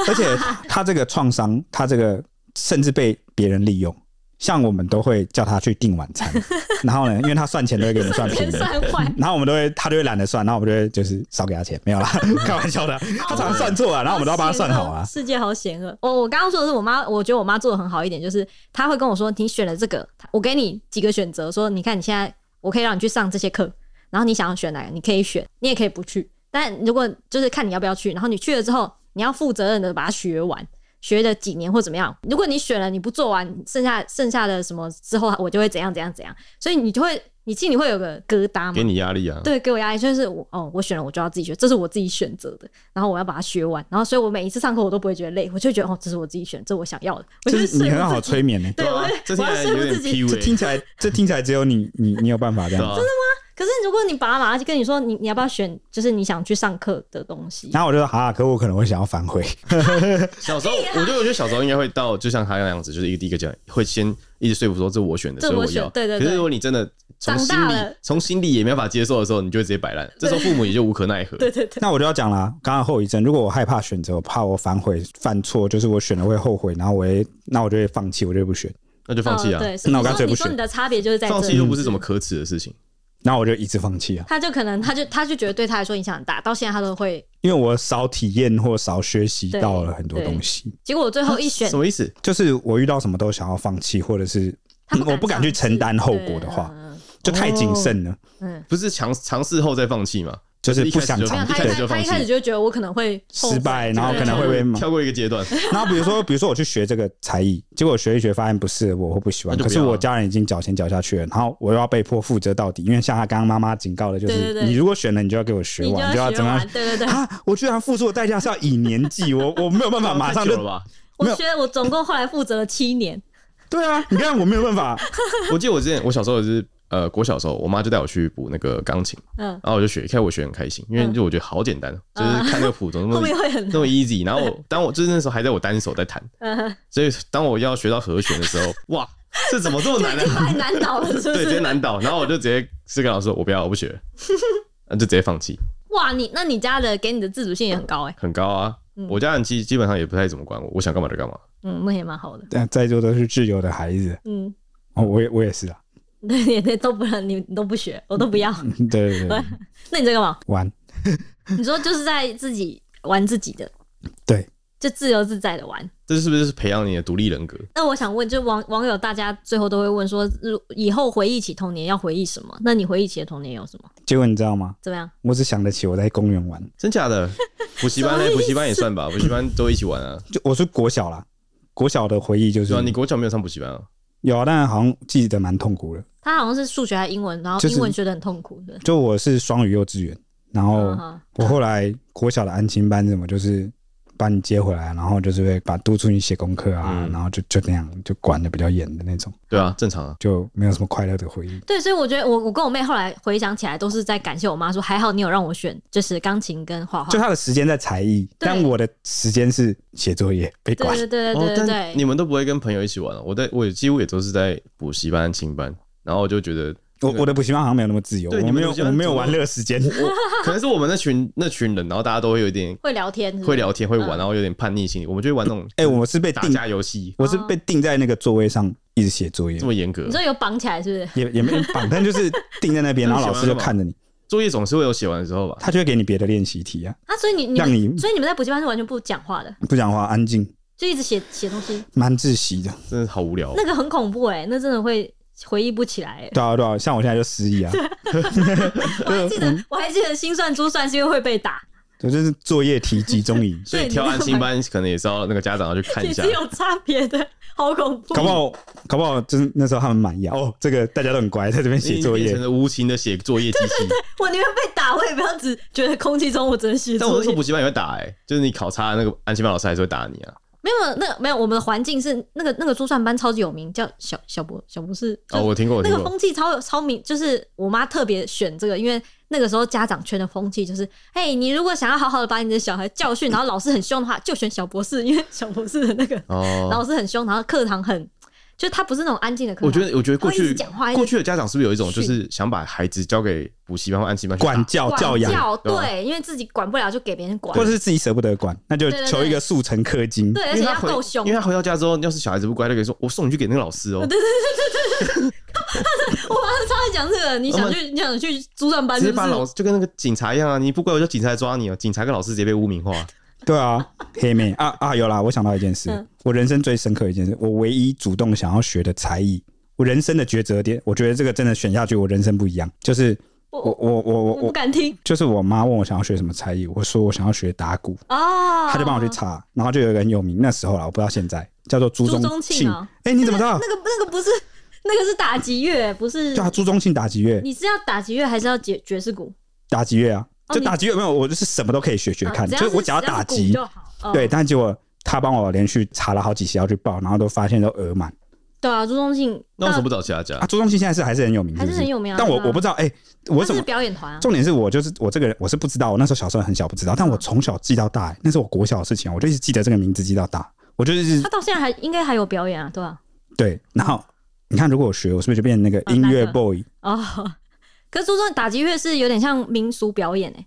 S1: 而且他这个创伤，他这个甚至被别人利用。像我们都会叫他去订晚
S2: [laughs]
S1: 餐，然后呢，因为他算钱都会给我们算便
S2: 全
S1: 宜，
S2: [laughs] 算坏。
S1: 然后我们都会，他就会懒得算，然后我们就会就是少给他钱，没
S2: [laughs]
S1: 有啦，开玩笑的，他常常算错啊，然后我们都要帮他算好
S2: 好
S1: 啊
S2: 险恶。世界好险恶。哦我我刚刚说的是我妈，我觉得我妈做的很好一点，就是她会跟我说，你选了这个，我给你几个选择，说你看你现在我可以让你去上这些课，然后你想要选哪个，你可以选，你也可以不去。但如果就是看你要不要去，然后你去了之后，你要负责任的把它学完。学了几年或怎么样？如果你选了你不做完，剩下剩下的什么之后，我就会怎样怎样怎样，所以你就会你心里会有个疙瘩嘛，
S3: 给你压力啊。
S2: 嗯对，给我压力就是我哦，我选了我就要自己学，这是我自己选择的，然后我要把它学完，然后所以我每一次上课我都不会觉得累，我就觉得哦，这是我自己选，这我想要的，我就
S1: 就是是你
S2: 说服
S1: 很好
S2: 自己，
S1: 催眠呢、欸
S2: 对，我
S3: 啊
S2: 会，
S3: 这
S2: 我
S3: 听
S2: 要
S3: 起
S2: 说
S3: 来
S2: 服
S3: 有
S2: 自
S3: 点
S2: 己。
S1: 这
S3: PUA，
S1: 听起来这听起来只有你你你有办法这
S3: 对
S1: 样。
S3: 啊，
S2: 可是如果你爸爸妈妈就跟你说，你你要不要选，就是你想去上课的东西，
S1: 然后我就说好啊，可我可能会想要反悔。
S3: 小时候，我觉得我觉得小时候应该会到，就像他那样子，就是一个第一个讲，会先一直说服说这我选的，
S2: 这
S3: 所以
S2: 我
S3: 我
S2: 选
S3: 要。
S2: 对对
S3: 可是
S2: 对
S3: 如果你真的从
S2: 长
S3: 心
S2: 大
S3: 里
S2: 了
S3: 从心里也没办法接受的时候，你就会直接摆烂，这时候父母也就无可奈何。
S2: 对
S1: [laughs]
S2: 对对，
S1: 那我就要讲啦，刚刚后遗症，如果我害怕选择，我怕我反悔犯错，就是我选了会后悔，然后我会那我就会放弃，我就会不选，
S3: 那就放弃
S2: 哦
S3: 啊，
S2: 对，
S1: 那我干
S2: 刚
S1: 脆
S2: 才
S1: 不
S2: 你说
S1: 选
S2: 你的差别就是在这
S3: 放
S2: 里，
S3: 弃又不是什么可耻的事情。
S1: 然后我就一直放弃啊，
S2: 他就可能他就他就觉得对他来说影响很大，到现在他都会。
S1: 因为我少体验或少学习到了很多东西，
S2: 结果我最后一选
S3: 啊什，么意思？
S1: 就是我遇到什么都想要放弃，或者是
S2: 他
S1: 我不敢去
S2: 尝试
S1: 承担后
S2: 对
S1: 果的话，
S2: 嗯
S1: 就太谨
S3: 哦
S1: 慎了，
S2: 嗯，嗯
S3: 不是尝尝试后再放弃嘛？
S1: 就是不想
S3: 一开始
S2: 啊没有
S3: 就
S1: 尝
S2: 他
S1: 对
S2: 一他一
S3: 一开始就放弃
S2: 开始就觉得我可能会后悔
S1: 失败，然后
S2: 对
S1: 可能会被骂。
S3: 跳过一个阶段，
S1: [laughs] 然后比如说，比如说我去学这个才艺，结果学一学发现不是，我会不喜欢。
S3: 那就
S1: 可
S3: 不要
S1: 是
S3: 啊
S1: 我家人已经缴钱缴下去了，然后我又要被迫负责到底，因为像他刚刚妈妈警告的，就是
S2: 对对对
S1: 你如果选了，你就要给我学
S2: 你
S1: 完，
S2: 就
S1: 就
S2: 要学
S1: 怎么样
S2: 完？对对对，
S1: 啊？我居然付出的代价是要以年纪，
S3: [laughs]
S1: 我我没有办法马上
S3: 太久
S1: 就
S3: 了吧？
S2: 我
S1: 没有
S2: 觉得我总共后来负责了七年，
S1: 对啊！你看我没有办法，
S3: [laughs] 我记得我之前我小时候也是。呃，国小的时候，我妈就带我去补那个钢琴，
S2: 嗯，
S3: 然后我就学，一开始我学很开心，因为
S2: 嗯
S3: 就我觉得好简单，就是看那个谱怎么那
S2: [laughs] 后
S3: 么
S2: 面会很
S3: 那么 easy。然后我当我就是那时候还在我单手在弹，
S2: 嗯，
S3: 所以当我要学到和弦的时候，哇，这怎么这么难呢、
S2: [laughs]
S3: 啊？
S2: 太难倒了，是不
S3: 对，直接
S2: 是？
S3: 难倒。然后我就直接是跟老师说，我不要，我
S2: [laughs]
S3: 不学，那就直接放弃。
S2: 哇，你那你家的给你的自主性也很高哎，
S3: 很高啊，我家人基基本上也不太怎么管我，我想干嘛就干嘛。
S2: 嗯，那也蛮好的，
S1: 但在座都是自由的孩子，
S2: 嗯，
S1: 哦，我也我也是啊，
S2: 对对对，都不让你你都不学，我都不要，
S1: 对对对对，
S2: 那你在干嘛？
S1: 玩
S2: 你说就是在自己玩自己的，
S1: 对，
S2: 就自由自在的玩。
S3: 这是不是培养你的独立人格？
S2: 那我想问，就网网友大家最后都会问说，如以后回忆起童年要回忆什么？那你回忆起的童年有什么？
S1: 结果你知道吗？
S2: 怎么样？
S1: 我只想得起我在公园玩，
S3: 真假的？补习班呢？补习班也算吧，补习班都一起玩啊。
S1: 就我是国小啦，国小的回忆就是
S3: 对啊，你国小没有上补习班啊？
S1: 有啊，但好像记得蛮痛苦的。
S2: 他好像是数学还是英文，然后
S1: 就是
S2: 英文学的很痛苦的。
S1: 就我是双语幼稚园，然后
S2: 嗯哼
S1: 我后来国小的安亲班什么，就是把你接回来，然后就是会把督促你写功课
S3: 嗯
S1: 啊，然后就就那样就管的比较严的那种，
S3: 对啊，正常啊。
S1: 就没有什么快乐的回忆。
S2: 对，所以我觉得我我跟我妹后来回想起来，都是在感谢我妈说，还好你有让我选，就是钢琴跟画画
S1: 就。他的时间在才艺，
S2: 对
S1: 但我的时间是写作业被
S2: 对
S1: 管。
S2: 对对
S3: 哦
S2: 对，对
S3: 但
S2: 对，
S3: 你们都不会跟朋友一起玩、啊，我在我也几乎也都是在补习班、清班，然后我就觉
S2: [laughs]
S3: 得
S1: 我我的补习班好像没有那么自由，
S3: 对
S1: 我
S3: 你们
S1: 没有
S3: 补习班
S1: 我没有
S3: 怎么
S1: 玩乐时间。
S3: 可能是 [laughs] 我们那群那群人，然后大家都会有一点
S2: 会聊天是不是
S3: 会聊天、会
S2: 嗯
S3: 玩，然后有点叛逆心理，我们就会玩那种
S1: 哎，我是被
S3: 打
S1: 定，
S3: 架游哦戏，
S1: 我是被定在那个座位上一直写作业
S3: 这，么严格啊
S2: 你，说有绑起来是不是？
S1: 也也没人绑，但就是定在那
S3: [laughs]
S1: 边，然后老师就看着你，
S3: 作业总是会有写完的时候吧？
S1: 他就会给你别的练习题啊，
S2: 啊，所以你你
S1: 让
S2: 们
S1: 你
S2: 所以你们在补习班是完全不讲话的，
S1: 不讲话，安静，
S2: 就一直写写东西，
S1: 蛮窒息的。
S3: 真的好无聊哦、。
S2: 那个很恐怖哎、那真的会回忆不起来、欸。
S1: 对啊对啊，像我现在就失忆啊，
S2: 我还记得我还记得心算珠算是因为会被打，
S1: 我就是作业题集中营
S3: 所以
S2: 对
S3: 挑
S2: 你
S3: 安
S2: 那
S3: 心班可能也是要那个家长要去看一
S2: 也
S3: 下
S2: 是，有差别的，好恐怖。
S1: 搞不好，搞不好就是那时候他们满意啊。哦，这个大家都很乖，在这边
S3: 你 [laughs]
S1: 写
S3: 已经
S1: 作
S3: 变
S1: 业
S3: 成。了无情的写作业机器。
S2: 我宁愿被打，我也不要只觉得空气中我只能写
S3: 但我
S2: 作
S3: 那时候
S2: 业。
S3: 补习班也会打、哎，就是你考差那个安心班老师还是会打你啊。
S2: 没有，那个没有，我们的环境是那个那个珠算班超级有名，叫小小博小博士。
S3: 哦，我听过，我
S2: 那
S3: 听
S2: 个
S3: 过，
S2: 风气超超明，就是我妈特别选这个，因为那个时候家长圈的风气就是，嘿，你如果想要好好的把你的小孩教训，然后老师很凶的话，就选小博士，因为小博士的那个
S3: [laughs] 哦，
S2: 老师很凶，然后课堂很，就是他不是那种安静的课堂。
S3: 我觉得，我觉得过
S2: 他一
S3: 去
S2: 直讲话一直
S3: 过去的家长是不是有一种
S2: 训
S3: 就是想把孩子交给补习班或安心班去打
S1: 管教
S2: 管
S1: 教养，
S3: 对吧
S2: 对，因为自己管不了就给别人管
S1: 或。者是自己舍不得管，那就
S2: 对对
S1: 求一个速成氪金。
S2: 对，而
S3: 因
S2: 且
S3: 为
S2: 要
S3: 他回
S2: 够凶
S3: 因为。他回到家之后，要是小孩子不乖，他可以说：“我送你去给那个老师哦。
S2: [laughs] 我妈超爱讲这个，你想去你想去珠算”班啊
S3: 直
S2: 是
S3: 接
S2: 不
S3: 把老
S2: 是？
S3: 就跟那个警察一样啊，你不乖我就警察抓你哦，警察跟老师直接被污名化。
S1: 对啊，黑妹啊啊，有啦！我想到一件事，
S2: 嗯
S1: 我人生最深刻的一件事，我唯一主动想要学的才艺，我人生的抉择点，我觉得这个真的选下去，我人生不一样。就是
S2: 我
S1: 我我我我
S2: 我不
S1: 我，
S2: 敢听
S1: 就是我妈问我想要学什么才艺，我说我想要学打鼓，
S2: 哦。
S1: 她就帮我去查，然后就有一个很有名，那时候啦，我不知道现在叫做朱
S2: 朱
S1: 宗
S2: 宗
S1: 庆。
S2: 庆
S1: 哎
S2: 啊、
S1: 你怎么知道？
S2: 那个那个不是那个是打击乐，不是
S1: 对啊，朱宗庆打击乐，
S2: 你是要打击乐还是要爵爵士鼓？
S1: 打击乐啊，
S2: 哦
S1: 就
S2: 你
S1: 打击乐没有，我就是什么都可以学学看，
S2: 嗯
S1: 就是我只要打击
S2: 只要是鼓就好。嗯
S1: 对，但结果他帮我连续查了好几期要去报，然后都发现都额满
S2: 对啊，朱宗庆
S3: 那为什么不
S2: 那
S3: 找其他家
S1: 啊。？朱宗庆现在是还是很有名，
S2: 还是
S1: 不
S2: 很有名啊
S1: 但我
S2: 对啊
S1: 我不知道，哎，我
S2: 他
S1: 怎
S2: 是嗯
S1: 么？
S2: 表演团啊？
S1: 重点是我就是我这个人，我是不知道，我那时候小时候很小不知道，但我从小记到大，哎那是我国小的事情，我就一直记得这个名字记到大，我就是
S2: 他到现在还应该还有表演啊，对吧？
S1: 对。然后你看，如果我学，我是不是就变成那个
S2: 嗯
S1: 音乐
S2: 那个
S1: boy？
S2: 哦，可是朱宗庆打击乐是有点像民俗表演诶，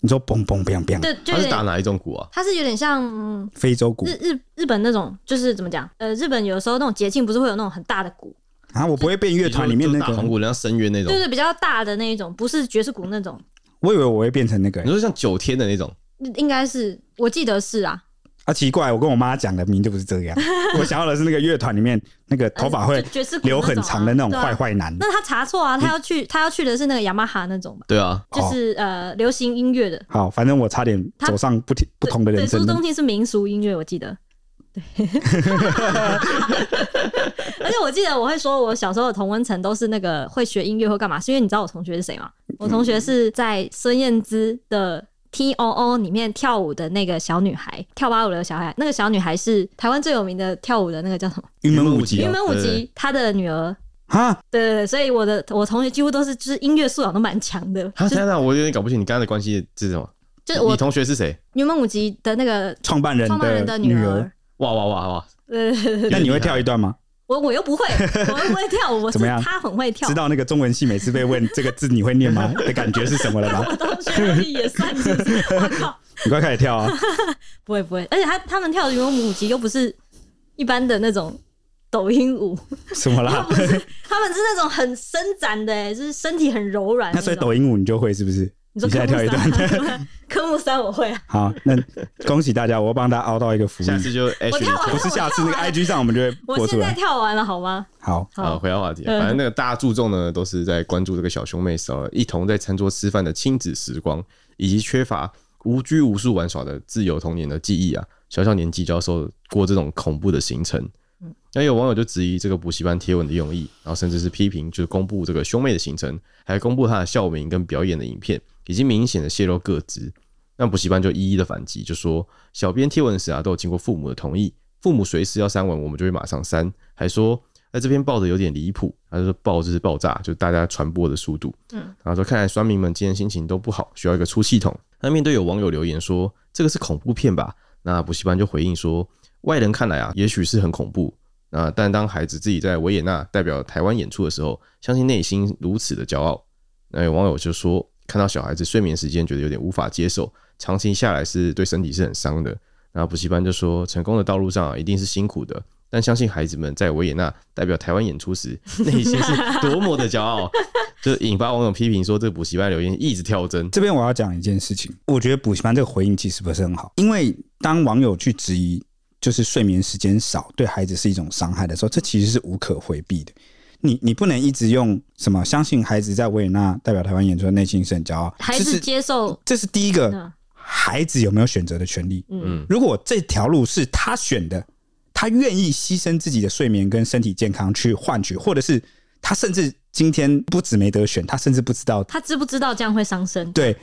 S1: 你说嘣嘣砰砰，
S2: 对，就
S3: 他
S2: 有
S3: 是打
S2: 点，
S3: 哪一种鼓啊？
S2: 他是有点像嗯
S1: 非洲鼓
S2: 日日日本那种，就是怎么讲？呃，日本有时候那种节庆不是会有那种很大的鼓，
S1: 啊，我不会变乐团里面
S3: 你
S1: 那
S3: 说就打红
S1: 个，
S3: 鼓，人家深渊那种
S2: 就。是比较大的那一种，不是爵士鼓那种，
S1: 我以为我会变成那个
S3: 你，说像九天的那种，
S2: 应该是我记得是啊，
S1: 啊，奇怪，我跟我妈讲的名就不是这样，
S2: [laughs]
S1: 我想要的是那个乐团里面那个头发会
S2: 就爵啊士鼓
S1: 留很长的那种
S2: 对啊
S1: 坏嗯坏男。
S2: 那他查错啊，他要去他要去的是那个雅马哈那种吧，
S3: 对啊，
S1: 哦
S2: 就是、呃流行音乐的。
S1: 好，反正我差点走上不停不同的
S2: 对，
S1: 人生
S2: 朱
S1: 路
S2: 宗。庆是民俗音乐，我记得。
S1: [laughs]
S2: 对，而且我记得我会说，我小时候的同温层都是那个会学音乐或干嘛，是因为你知道我同学是谁吗？
S1: 嗯
S2: 我同学是在孙燕姿的 T O O 里面跳舞的那个小女孩，跳芭蕾舞的小孩。那个小女孩是台湾最有名的跳舞的那个叫什么？
S1: 云门舞集
S3: 对
S2: 云
S1: 啊
S3: 啊
S2: 门舞
S3: 对对
S2: 集，她的女儿。
S1: 啊，
S2: 对对对，所以我的我同学几乎都是就是音乐素养都蛮强的，
S3: 他
S1: 啊
S2: 就
S3: 现在我有点搞不清你刚刚的关系是什么。
S2: 就是我
S3: 你同学是谁？
S2: 云门舞集的那个
S1: 创办人
S2: 创办人
S1: 的
S2: 的
S1: 女
S2: 女
S1: 儿
S2: 儿。。
S3: 哇哇哇哇！
S2: 呃，
S1: 那你会跳一段吗？
S2: 我我又不会，我又不会跳，我是
S1: 怎么样
S2: 他很会跳
S1: 知。道那个中文系每次被问这个字你会念
S2: [laughs]
S1: 吗的感觉是什么了吧？
S2: 我同学而已也
S1: [laughs]
S2: 算是，我靠，
S1: 你快开始跳啊！
S2: 不会不会，而且他他们跳的云门舞集又不是一般的那种抖音舞，
S1: 什么啦？
S2: 他们是那种很伸展的、欸，就是身体很柔软
S1: 那
S2: 那
S1: 所以
S2: 种。
S1: 抖音舞你就会是不是？
S2: 你
S1: 你
S2: 说
S1: 现在跳一段。
S2: 科目三，
S1: [laughs]
S2: [laughs] 科目三我会啊，
S1: 好，那恭喜大家，我帮大家凹到一个福
S3: 下
S1: 利。
S3: 次就 H
S2: 我跳
S1: [laughs]
S2: 完
S1: 不
S2: 了，
S1: 是下次那
S2: 我
S1: 个
S2: 跳完了
S1: IG 上我们就会播
S2: 我
S1: 出
S2: 现在
S1: 来。
S2: 跳完了，好吗？
S1: 好，
S3: 啊，
S2: 好，
S3: 回到话题，
S2: 嗯
S3: 反正那个大家注重呢，都是在关注这个小兄妹骚扰，一同在餐桌吃饭的亲子时光，以及缺乏无拘无束玩耍的自由童年的记忆啊。小小年纪就要受过这种恐怖的行程。
S2: 嗯
S3: 那有网友就质疑这个补习班贴文的用意，然后甚至是批评，就是公布这个兄妹的行程，还公布他的校名跟表演的影片，已经明显的泄露各自。那补习班就一一的反击，就说小编贴文时啊都有经过父母的同意，父母随时要删文，我们就会马上删，还说。哎，这篇报的有点离谱，他就说爆就是爆炸，就大家传播的速度。嗯，然后说看来酸民们今天心情都不好，需要一个出气筒。那面对有网友留言说这个是恐怖片吧，那补习班就回应说外人看来啊，也许是很恐怖。那但当孩子自己在维也纳代表台湾演出的时候，相信内心如此的骄傲。那有网友就说，看到小孩子睡眠时间觉得有点无法接受，长期下来是对身体是很伤的。那补习班就说，成功的道路上、啊、一定是辛苦的，但相信孩子们在维也纳代表台湾演出时，内心是多么的骄傲， [laughs] 就引发网友批评说，这个补习班留言一直跳针。
S1: 这边我要讲一件事情，我觉得补习班这个回应其实不是很好，因为当网友去质疑就是睡眠时间少对孩子是一种伤害的时候，这其实是无可回避的。你你不能一直用什么相信孩子在维也纳代表台湾演出的内心是很骄傲，
S2: 孩
S1: 这
S2: 子
S1: 是
S2: 接受，
S1: 这是第一个
S2: 嗯
S1: 孩子有没有选择的权利。
S2: 嗯，
S1: 如果这条路是他选的，他愿意牺牲自己的睡眠跟身体健康去换取，或者是他甚至今天不止没得选，他甚至不知道
S2: 他知不知道这样会伤身？
S1: 对，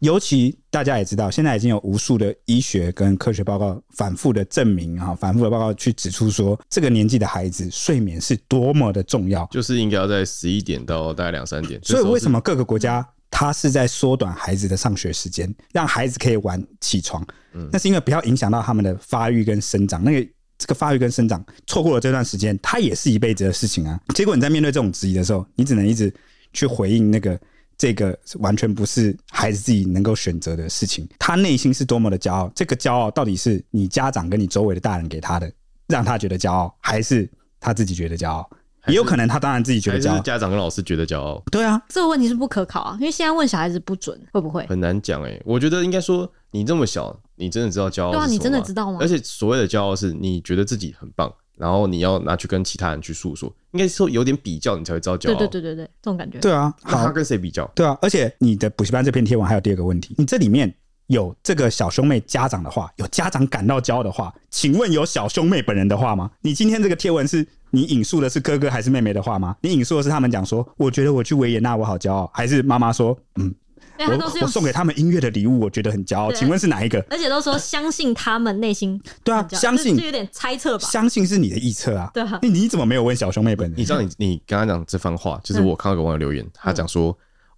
S1: 尤其大家也知道，现在已经有无数的医学跟科学报告反复的证明啊，反复的报告去指出说，这个年纪的孩子睡眠是多么的重要。
S3: 就是应该要在十一点到大概两三点，
S1: 所以为什
S3: 么
S1: 么各个国家它是在缩短孩子的上学时间，让孩子可以晚起床？
S3: 嗯
S1: 那是因为不要影响到他们的发育跟生长。那个这个发育跟生长错过了这段时间，它也是一辈子的事情啊。结果你在面对这种质疑的时候，你只能一直去回应那个。这个完全不是孩子自己能够选择的事情，他内心是多么的骄傲。这个骄傲到底是你家长跟你周围的大人给他的，让他觉得骄傲，还是他自己觉得骄傲？也有可能他当然自己觉
S3: 还
S1: 得骄
S3: 是
S1: 傲。
S3: 家长跟老师觉得骄傲？
S1: 对啊，
S2: 这个问题是不可考啊，因为现在问小孩子不准，会不会？
S3: 很难讲哎、我觉得应该说，你这么小，你真的知道骄傲哦是
S2: 对啊
S3: 什么
S2: 你真的知道吗
S3: 而且所谓的骄傲是你觉得自己很棒，然后你要拿去跟其他人去诉说，应该说有点比较，你才会知道骄
S2: 对
S3: 傲。
S2: 对对对对，这种感觉。
S1: 对啊，
S3: 那
S1: 好
S3: 他，跟谁比较？
S1: 对啊，而且你的补习班这篇贴文还有第二个问题，你这里面有这个小兄妹家长的话，有家长感到骄傲的话，请问有小兄妹本人的话吗？你今天这个贴文是你引述的是哥哥还是妹妹的话吗？你引述的是他们讲说，我觉得我去维也纳我好骄傲，还是妈妈说，嗯，
S2: 因啊为他都
S1: 我
S2: 是
S1: 我
S2: 用，
S1: 送给他们音乐的礼物，我觉得很骄傲，
S2: 对啊
S1: 请问是哪一个？
S2: 而且都说相信他们内心，
S1: 对啊
S2: 你，知道
S1: 相
S2: 这
S1: 信
S2: 这有点猜测吧？
S1: 相信是你的臆测啊，
S2: 对啊 [laughs]
S1: 那你怎么没有问小兄妹本人？
S3: 你知道你你刚刚讲这番话，
S2: 嗯
S3: 就是我看到有网友留言，他讲说，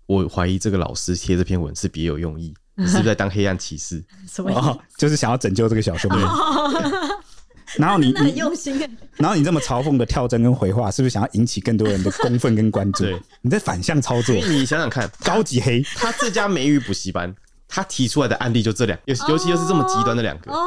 S3: 我怀疑这个老师贴这篇文是别有
S2: [laughs]
S3: 用意，你是不是在当黑暗骑士？
S2: 什么意思？
S1: 哦，就是想要拯救这个小兄妹。
S2: [laughs] 哦
S3: 哦
S1: 然后你
S2: 真的很
S1: 你
S2: 用心欸，
S1: 然后你这么嘲讽的跳针跟回话，是不是想要引起更多人的公愤跟关注
S3: 对？
S1: 你在反向操作
S3: 因，为你想想看，
S1: 高级黑。
S3: 他这家美语补习班，他提出来的案例就这两，尤尤其又是这么极端的两个。
S2: 哦，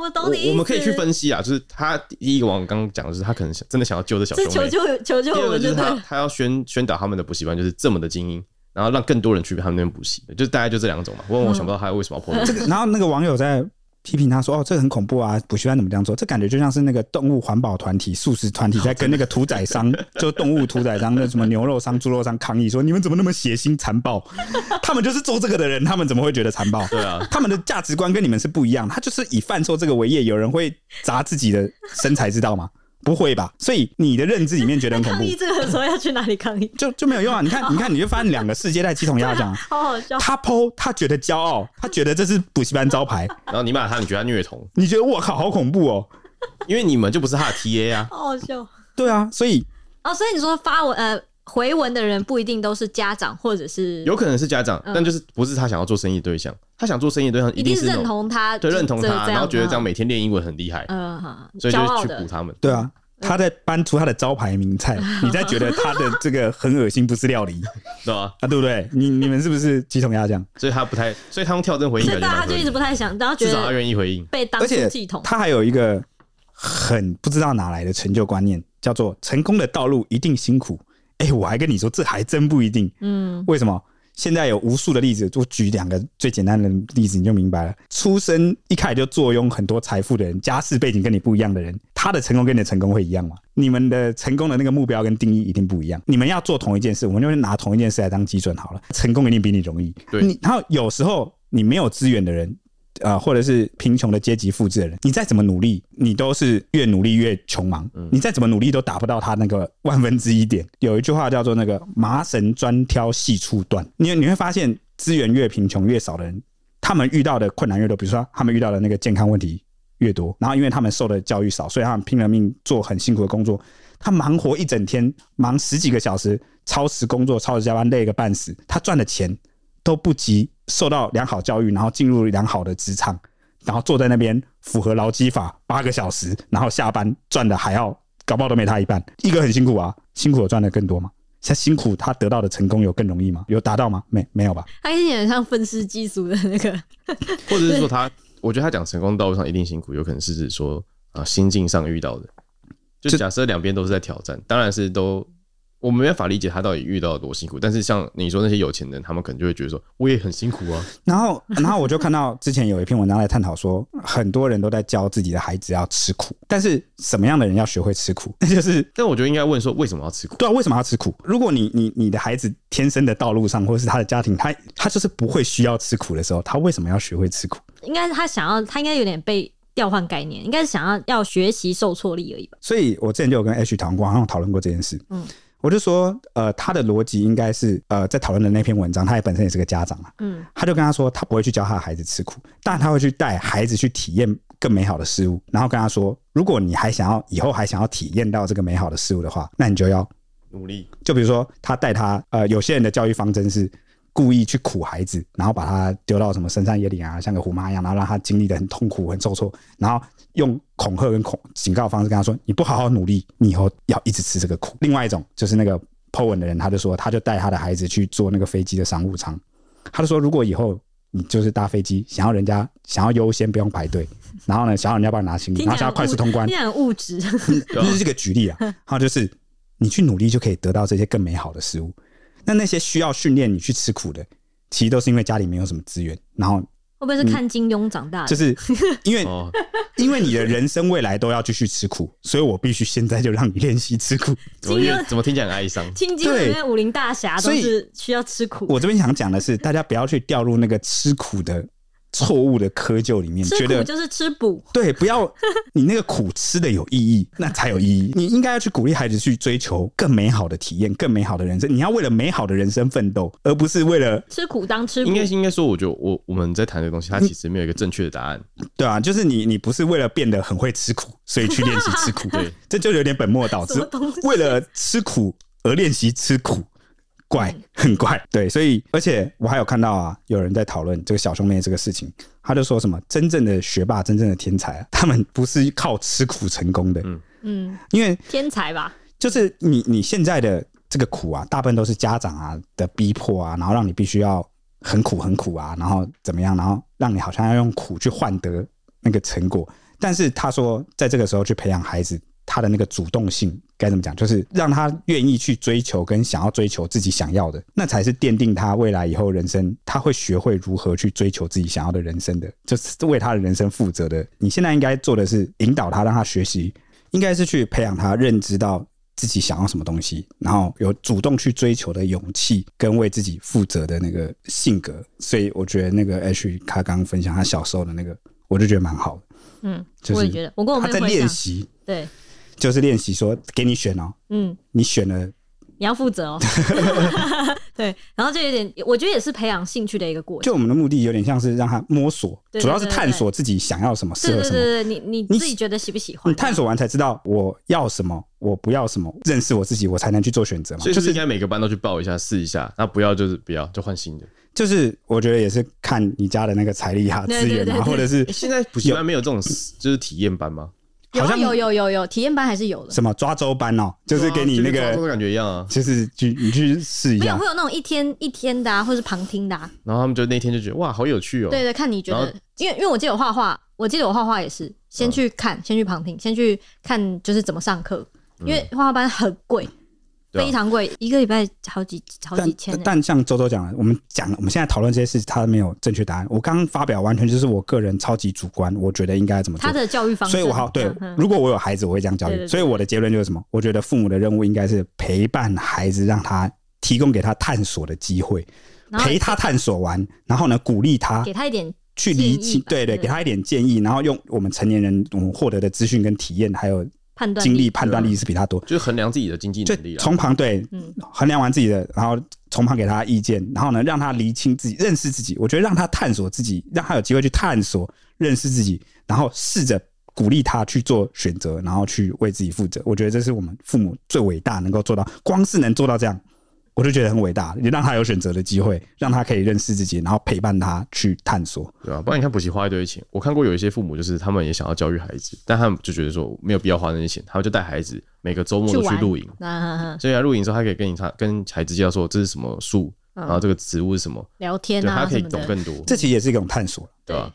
S2: 我懂你意思。
S3: 我我们可以去分析啊，就是他第一个网刚刚讲的是他可能想真的想要救这小兄
S2: 是求
S3: 妹，
S2: 救求救
S3: 第二
S2: 我
S3: 个就
S2: 就是对
S3: 他
S2: 了。
S3: 他要宣宣导他们的补习班就是这么的精英，然后让更多人去他们那边补习，就是大概就这两种嘛。我我想不到他为什么要破
S2: 嗯
S3: 这个，
S1: 然后那个网友在批评他说：“哦，这个很恐怖啊，补习班怎么这样做？这感觉就像是那个动物环保团体、素食团体在跟那个屠宰商，就动物屠宰商那什么牛肉商、猪肉商抗议说：你们怎么那么血腥残暴？他们就是做这个的人，他们怎么会觉得残暴？
S3: 对啊，
S1: 他们的价值观跟你们是不一样，他就是以贩售这个为业，有人会砸自己的身材，知道吗？不会吧？所以你的认知里面觉得很恐
S2: 抗
S1: 怖
S2: 议，这个的时候要去哪里抗议？ [laughs]
S1: 就就没有用啊！你
S2: 哦
S1: 看，你看，你就发现两个世界在鸡同鸭讲，
S2: 好好笑。
S1: 他剖，他觉得骄傲，他觉得这是补习班招牌，
S3: 然后你骂他，你觉得他虐童，
S1: 你觉得我靠，好恐怖哦！
S3: 因为你们就不是他的 TA 啊。
S2: 好好笑
S1: 对啊，所以
S2: 哦，所以你说发文呃回文的人不一定都是家长，或者是
S3: 有可能是家长，但就是不是他想要做生意的对象。他想做生意的对象
S2: 嗯一
S3: 定
S2: 定是
S3: 那
S2: 认
S3: 种
S2: 同他，
S3: 对认同
S2: 这
S3: 他，然后觉得这样
S2: 嗯
S3: 每天练英文很厉害，
S2: 嗯，好
S3: 所以
S2: 骄
S3: 就
S2: 傲
S3: 去补
S2: 的，
S3: 他们。
S1: 对啊，
S2: 嗯
S1: 他在搬出他的招牌名菜，你在觉得他的
S2: [laughs]
S1: 这个很恶心，不是料理
S3: 对吧？
S1: 啊，对不对？你你们是不是鸡同鸭讲？
S3: 所以他不太，所以他用跳针回应啊
S2: 所
S3: 感
S2: 以
S3: 觉
S2: 大家
S3: 蛮合
S2: 就
S3: 理
S2: 一直
S3: 的，
S2: 不太想，然后觉
S3: 至少他
S2: 得
S3: 愿意回应。
S2: 被当
S1: 而
S2: 出
S1: 且
S2: 系统，
S1: 他还有一个很不知道哪来的成就观念，叫做成功的道路一定辛苦。哎、我还跟你说，这还真不一定。
S2: 嗯，
S1: 为什么？现在有无数的例子，我举两个最简单的例子，你就明白了。出生一开始就坐拥很多财富的人，家世背景跟你不一样的人，他的成功跟你的成功会一样吗？你们的成功的那个目标跟定义一定不一样。你们要做同一件事，我们就拿同一件事来当基准好了。成功一定比你容易。
S3: 对
S1: 你然后有时候你没有资源的人。呃，或者是贫穷的阶级复制的人，你再怎么努力，你都是越努力越穷忙，你再怎么努力都达不到他那个万分之一点。有一句话叫做那个麻绳专挑细处断，你你会发现资源越贫穷越少的人，他们遇到的困难越多，比如说他们遇到的那个健康问题越多，然后因为他们受的教育少，所以他们拼了命做很辛苦的工作，他忙活一整天，忙十几个小时，超时工作、超时加班，累个半死，他赚的钱都不及受到良好教育，然后进入良好的职场，然后坐在那边符合劳基法八个小时，然后下班赚的还要搞不好都没他一半，一个很辛苦啊，辛苦有赚的更多吗？ [laughs] 他辛苦，他得到的成功有更容易吗？有达到吗？没，没有吧？
S2: 他有点像愤世嫉俗的那个，
S3: 或者是说他，我觉得他讲成功道路上一定辛苦，有可能是指说啊心境上遇到的。就
S1: 这
S3: 假设两边都是在挑战，当然是都我没办法理解他到底遇到了多辛苦。但是像你说那些有钱人，他们可能就会觉得说我也很辛苦 [laughs] 啊，
S1: 然后，然后我就看到之前有一篇文章在探讨说，很多人都在教自己的孩子要吃苦，但是什么样的人要学会吃苦？那就是
S3: 但我觉得应该问说为什么要吃苦？
S1: 对啊，为什么要吃苦？如果你你你的孩子天生的道路上，或者是他的家庭，他 [laughs] 他就是不会需要吃苦的时候，他为什么要学会吃苦？
S2: 应该是他想要，他应该有点被调换概念，应该是想要要学习受挫力而已吧。
S1: 所以我之前就有跟 H 讨论过，好像讨论过这件事。
S2: 嗯
S1: 我就说，呃，他的逻辑应该是，呃，在讨论的那篇文章，他也本身也是个家长啊，
S2: 嗯，
S1: 他就跟他说，他不会去教他的孩子吃苦，但他会去带孩子去体验更美好的事物，然后跟他说，如果你还想要以后还想要体验到这个美好的事物的话，那你就要
S3: 努 [laughs] 力，
S1: 就比如说他带他，呃，有些人的教育方针是故意去苦孩子，然后把他丢到什么深山野岭啊，像个虎妈一样，然后让他经历的很痛苦、很受挫，然后用恐吓跟恐警告的方式跟他说：“你不好好努力，你以后要一直吃这个苦。”另外一种就是那个 Po 文的人，他就说，他就带他的孩子去坐那个飞机的商务舱，他就说，如果以后你就是搭飞机，想要人家想要优先不用排队，然后呢，想要人家帮你拿行李，
S2: 听起
S1: 然后
S2: 来
S1: 想要
S2: 很
S1: 快速
S2: 物
S1: 通关
S2: 听，起来很物质， [laughs]
S1: [laughs]
S3: 对吧
S1: 这是个举例啊。然后就是你去努力就可以得到这些更美好的事物。那那些需要训练你去吃苦的，其实都是因为家里没有什么资源，然后
S2: 会不会是
S1: 嗯
S2: 看金庸长大的？
S1: 就是因为
S3: 哦，
S1: 因为你的人生未来都要继续吃苦，所以我必须现在就让你练习吃苦。
S3: 怎么
S2: 金
S3: 越
S2: 庸
S3: 怎么听起来很哀伤？
S2: 听金庸
S1: 对
S2: 跟武林大侠都
S1: 所以
S2: 是需要吃苦，
S1: 我这边想讲的是，大家不要去掉入那个吃苦的错误的窠臼里面，
S2: 吃
S1: 觉
S2: 苦
S1: 得
S2: 就是吃补，
S1: 对，不要你那个苦吃的有意义，那才有意义。你应该要去鼓励孩子去追求更美好的体验，更美好的人生。你要为了美好的人生奋斗，而不是为了
S2: 吃苦当吃补
S3: 应。该应该说，我觉得我我们在谈这个东西，它其实没有一个正确的答案。
S1: 对啊，就是你你不是为了变得很会吃苦，所以去练习吃苦，
S3: 对，
S1: 这就有点本末倒
S2: 什
S1: 置
S2: 么东西。
S1: 为了吃苦而练习吃苦，怪很怪。对，所以而且我还有看到啊，有人在讨论这个小兄妹这个事情，他就说什么真正的学霸、真正的天才啊，他们不是靠吃苦成功的，
S2: 嗯，
S1: 因为
S2: 天才吧，
S1: 就是你你现在的这个苦啊，大部分都是家长啊的逼迫啊，然后让你必须要很苦很苦啊，然后怎么样，然后让你好像要用苦去换得那个成果。但是他说，在这个时候去培养孩子他的那个主动性该怎么讲，就是让他愿意去追求跟想要追求自己想要的，那才是奠定他未来以后人生，他会学会如何去追求自己想要的人生的，就是为他的人生负责的。你现在应该做的是引导他，让他学习应该是去培养他认知到自己想要什么东西，然后有主动去追求的勇气跟为自己负责的那个性格。所以我觉得那个 H 他刚刚分享他小时候的那个，我就觉得蛮好的。
S2: 嗯，
S1: 就是
S2: 我也觉得，我跟我
S1: 他
S2: 妹
S1: 在
S2: 会这
S1: 练
S2: 样，
S1: 习，
S2: 对，
S1: 就是练习说给你选哦，
S2: 嗯，
S1: 你选了，
S2: 你要
S1: [laughs]
S2: 负责哦，对，然后就有点，我觉得也是培养兴趣的一个过程，
S1: 就我们的目的有点像是让他摸索，
S2: 对对
S1: 主要是探索自己想要什么，适
S2: 对
S1: 合什
S2: 对
S1: 么。
S2: 对对，你你
S1: 你
S2: 自己觉得喜不喜欢？啊
S1: 你探索完才知道我要什么，我不要什么，认识我自己，我才能去做选择嘛。
S3: 所以
S1: 就
S3: 就是
S1: 是
S3: 应该每个班都去报一下，试一下。那不要就是不要，就换新的。
S1: 就是我觉得也是看你家的那个财力啊、
S2: 对
S1: 资源啊，
S2: 对对对
S1: 或者是
S3: 诶现在补习班没有这种就是体验班吗？
S2: 有
S1: 好
S2: 啊
S1: 像
S2: 有有有有体验班还是有的，
S1: 什么抓周班哦，就是给你那
S3: 对啊就跟高中
S1: 个，
S3: 的感觉一样啊。
S1: 就是去你去试一
S2: 没有
S1: 下
S2: 会。有那种一天一天的啊，或是旁听的啊，
S3: 然后他们就那天就觉得哇，好有趣哦。
S2: 对对，看你觉
S3: 然
S2: 得
S3: 后，
S2: 因为因为我记得我画画，我记得我画画也是先
S1: 嗯
S2: 去看，先去旁听，先去看就是怎么上课，
S1: 嗯
S2: 因为画画班很贵，
S3: 对啊
S2: 非常贵，一个礼拜好几好
S1: 但
S2: 几千欸。
S1: 但像周周讲的，我们讲我们现在讨论这些事，他没有正确答案。我刚刚发表完全就是我个人超级主观，我觉得应该怎么做
S2: 他。的教育方式
S1: 所
S2: 很
S1: 以
S2: 像，
S1: 我好对
S2: 嗯，
S1: 如果我有孩子，我会这样教
S2: 对
S1: 育。
S2: 对对
S1: 所以我的结论就是什么？我觉得父母的任务应该是陪伴孩子，让他提供给他探索的机会，
S2: 然后
S1: 陪他探索完，然后呢，鼓励他
S2: 给他一点
S1: 去理
S2: 建议
S1: 清，
S2: 吧
S1: 对对，
S2: 对
S1: 给他一点建议，然后用我们成年人我们获得的资讯跟体验，还有
S2: 判断
S1: 经
S2: 力，
S1: 历判断力是比他多。
S3: 就是衡量自己的经济
S1: 就
S3: 能力啊。
S1: 从旁对
S2: 嗯
S1: 衡量完自己的，然后从旁给他意见，然后呢，让他厘清自己、认识自己。我觉得让他探索自己，让他有机会去探索、认识自己，然后试着鼓励他去做选择，然后去为自己负责。我觉得这是我们父母最伟大能够做到，光是能做到这样，我就觉得很伟大。你让他有选择的机会，让他可以认识自己，然后陪伴他去探索。
S3: 对啊吧、不然你看补习花一堆钱，我看过有一些父母就是他们也想要教育孩子，但他们就觉得说没有必要花那些钱，他们就带孩子每个周末
S2: 去
S3: 都去
S2: 玩
S3: 露营，
S2: 那
S3: 所以啊露营之后，他可以跟你他跟孩子介绍说这是什么树，然后这个植物是什么，
S2: 聊
S3: 对，
S2: 嗯天
S3: 他
S2: 啊
S3: 可以
S2: 什么
S3: 懂
S2: 的，
S3: 更多，
S1: 这其实也是一种探索，
S3: 对啊吧？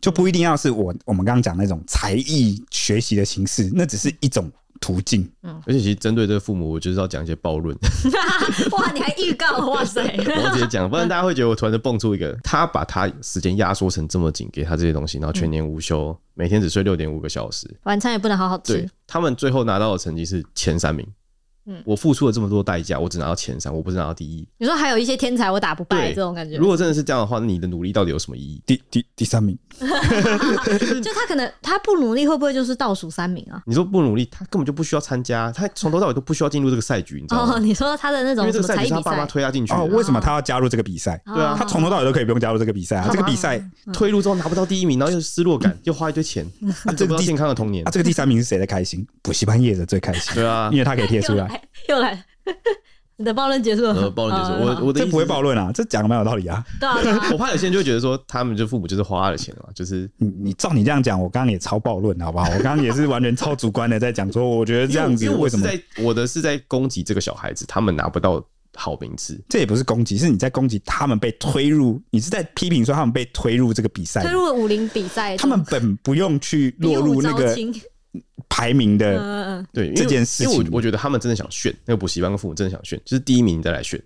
S1: 就不一定要是我我们刚刚讲那种才艺学习的形式，那只是一种途径。
S3: 而且其实针对这个父母，我就是要讲一些暴论，
S2: [laughs] 哇，你还预告，哇塞，
S3: [laughs] 我直接讲，不然大家会觉得我突然就蹦出一个，他把他时间压缩成这么紧，给他这些东西，然后全年无休，每天只睡六点五个小时，
S2: 晚餐也不能好好
S3: 对
S2: 吃，
S3: 他们最后拿到的成绩是前三名。
S2: 嗯
S3: 我付出了这么多代价，我只拿到前三，我不是拿到第一。
S2: 你说还有一些天才我打不败
S3: 对，
S2: 这种感觉
S3: 如，果真的是这样的话，那你的努力到底有什么意义？
S1: 第第第三名，
S2: 就他可能他不努力，会不会就是倒数三名啊？
S3: 你说不努力，他根本就不需要参加，他从头到尾都不需要进入这个赛局，你知道吗？
S2: 哦，你说他的那
S3: 因
S2: 种
S3: 为
S2: 什
S3: 这
S2: 么
S3: 个赛
S2: 才艺
S3: 局是他
S2: 比
S3: 爸妈
S2: 赛，
S3: 推他进去的，
S1: 哦，为什么他要加入这个比赛？
S2: 哦
S3: 对啊
S1: 他从头到尾都可以不用加入这个比赛啊！这个比赛
S3: 推入之后拿不到第一名，然后又失落感，又花一堆钱，啊，
S1: 这
S3: 得不
S1: 个
S3: 到
S1: 第
S3: 健康的童年
S1: 啊，，这个第三名是谁的开心？补习班业者最开心，
S3: 对啊
S1: 因。为他可以贴出
S2: [laughs] 又
S1: 来，
S2: 来又来，你的暴论结束了吗，
S3: 呃，暴论结束，
S2: 哦
S3: [laughs] 我我的
S1: 这
S3: 意思
S1: 不会
S3: 是
S1: [laughs] 暴论啊，这讲的蛮有道理啊。
S2: 对啊对啊，
S3: [laughs] 我怕有些人就会觉得说，他们就父母就是花了钱嘛，就是
S1: 你你照你这样讲，我刚刚也超暴论，好
S3: [laughs]
S1: 不好？我刚刚也是完全超主观的在讲说，我觉得这样子
S3: 因为我
S1: 为
S3: 是
S1: 什么？
S3: 在我的是在攻击这个小孩子，他们拿不到好名次，
S1: 这也不是攻击，是你在攻击他们被推入，你是在批评说他们被推入这个比赛
S2: 推，入武林比赛，
S1: 他们本不用去落入那
S2: 比武招
S1: 个
S2: 亲
S1: 排名
S2: 嗯
S1: 的。
S2: 嗯嗯，
S3: 对因为
S1: 这件事情
S3: 因为我我觉得他们真的想炫，那个补习班跟父母真的想炫，就是第一名你再来炫，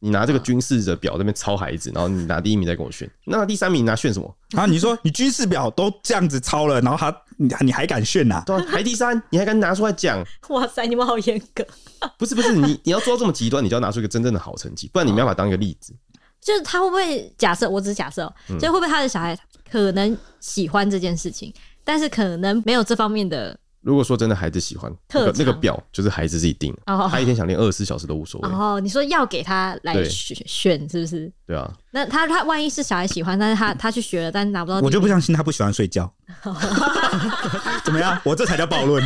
S3: 你拿这个
S2: 啊
S3: 军事的表在那边抄孩子，然后你拿第一名再跟我炫，那第三名你拿炫什么？
S1: 然啊后你说你军事表都这样子抄了，然后他你你还敢炫呐、
S3: 对、啊，排第三，你还敢拿出来讲？
S2: 哇塞，你们好严格，
S3: 不是不是，你你要做到这么极端，你就要拿出一个真正的好成绩，不然你没办法当一个例子。
S2: 就是他会不会假设，我只是假设哦，
S3: 嗯
S2: 就是会不会他的小孩可能喜欢这件事情，但是可能没有这方面的
S3: 如果说真的孩子喜欢那
S2: 特
S3: 个
S2: 长
S3: 那个表，就是孩子自己定的，
S2: 哦
S3: 他一天想练二十四小时都无所谓，
S2: 哦，你说要给他来
S3: 对
S2: 选选是不是？
S3: 对啊，
S2: 那他他万一是小孩喜欢，但是他他去学了，但是拿不到第一，
S1: 嗯我就不相信他不喜欢睡觉。
S2: [laughs]
S1: 怎么样？我这才叫暴论。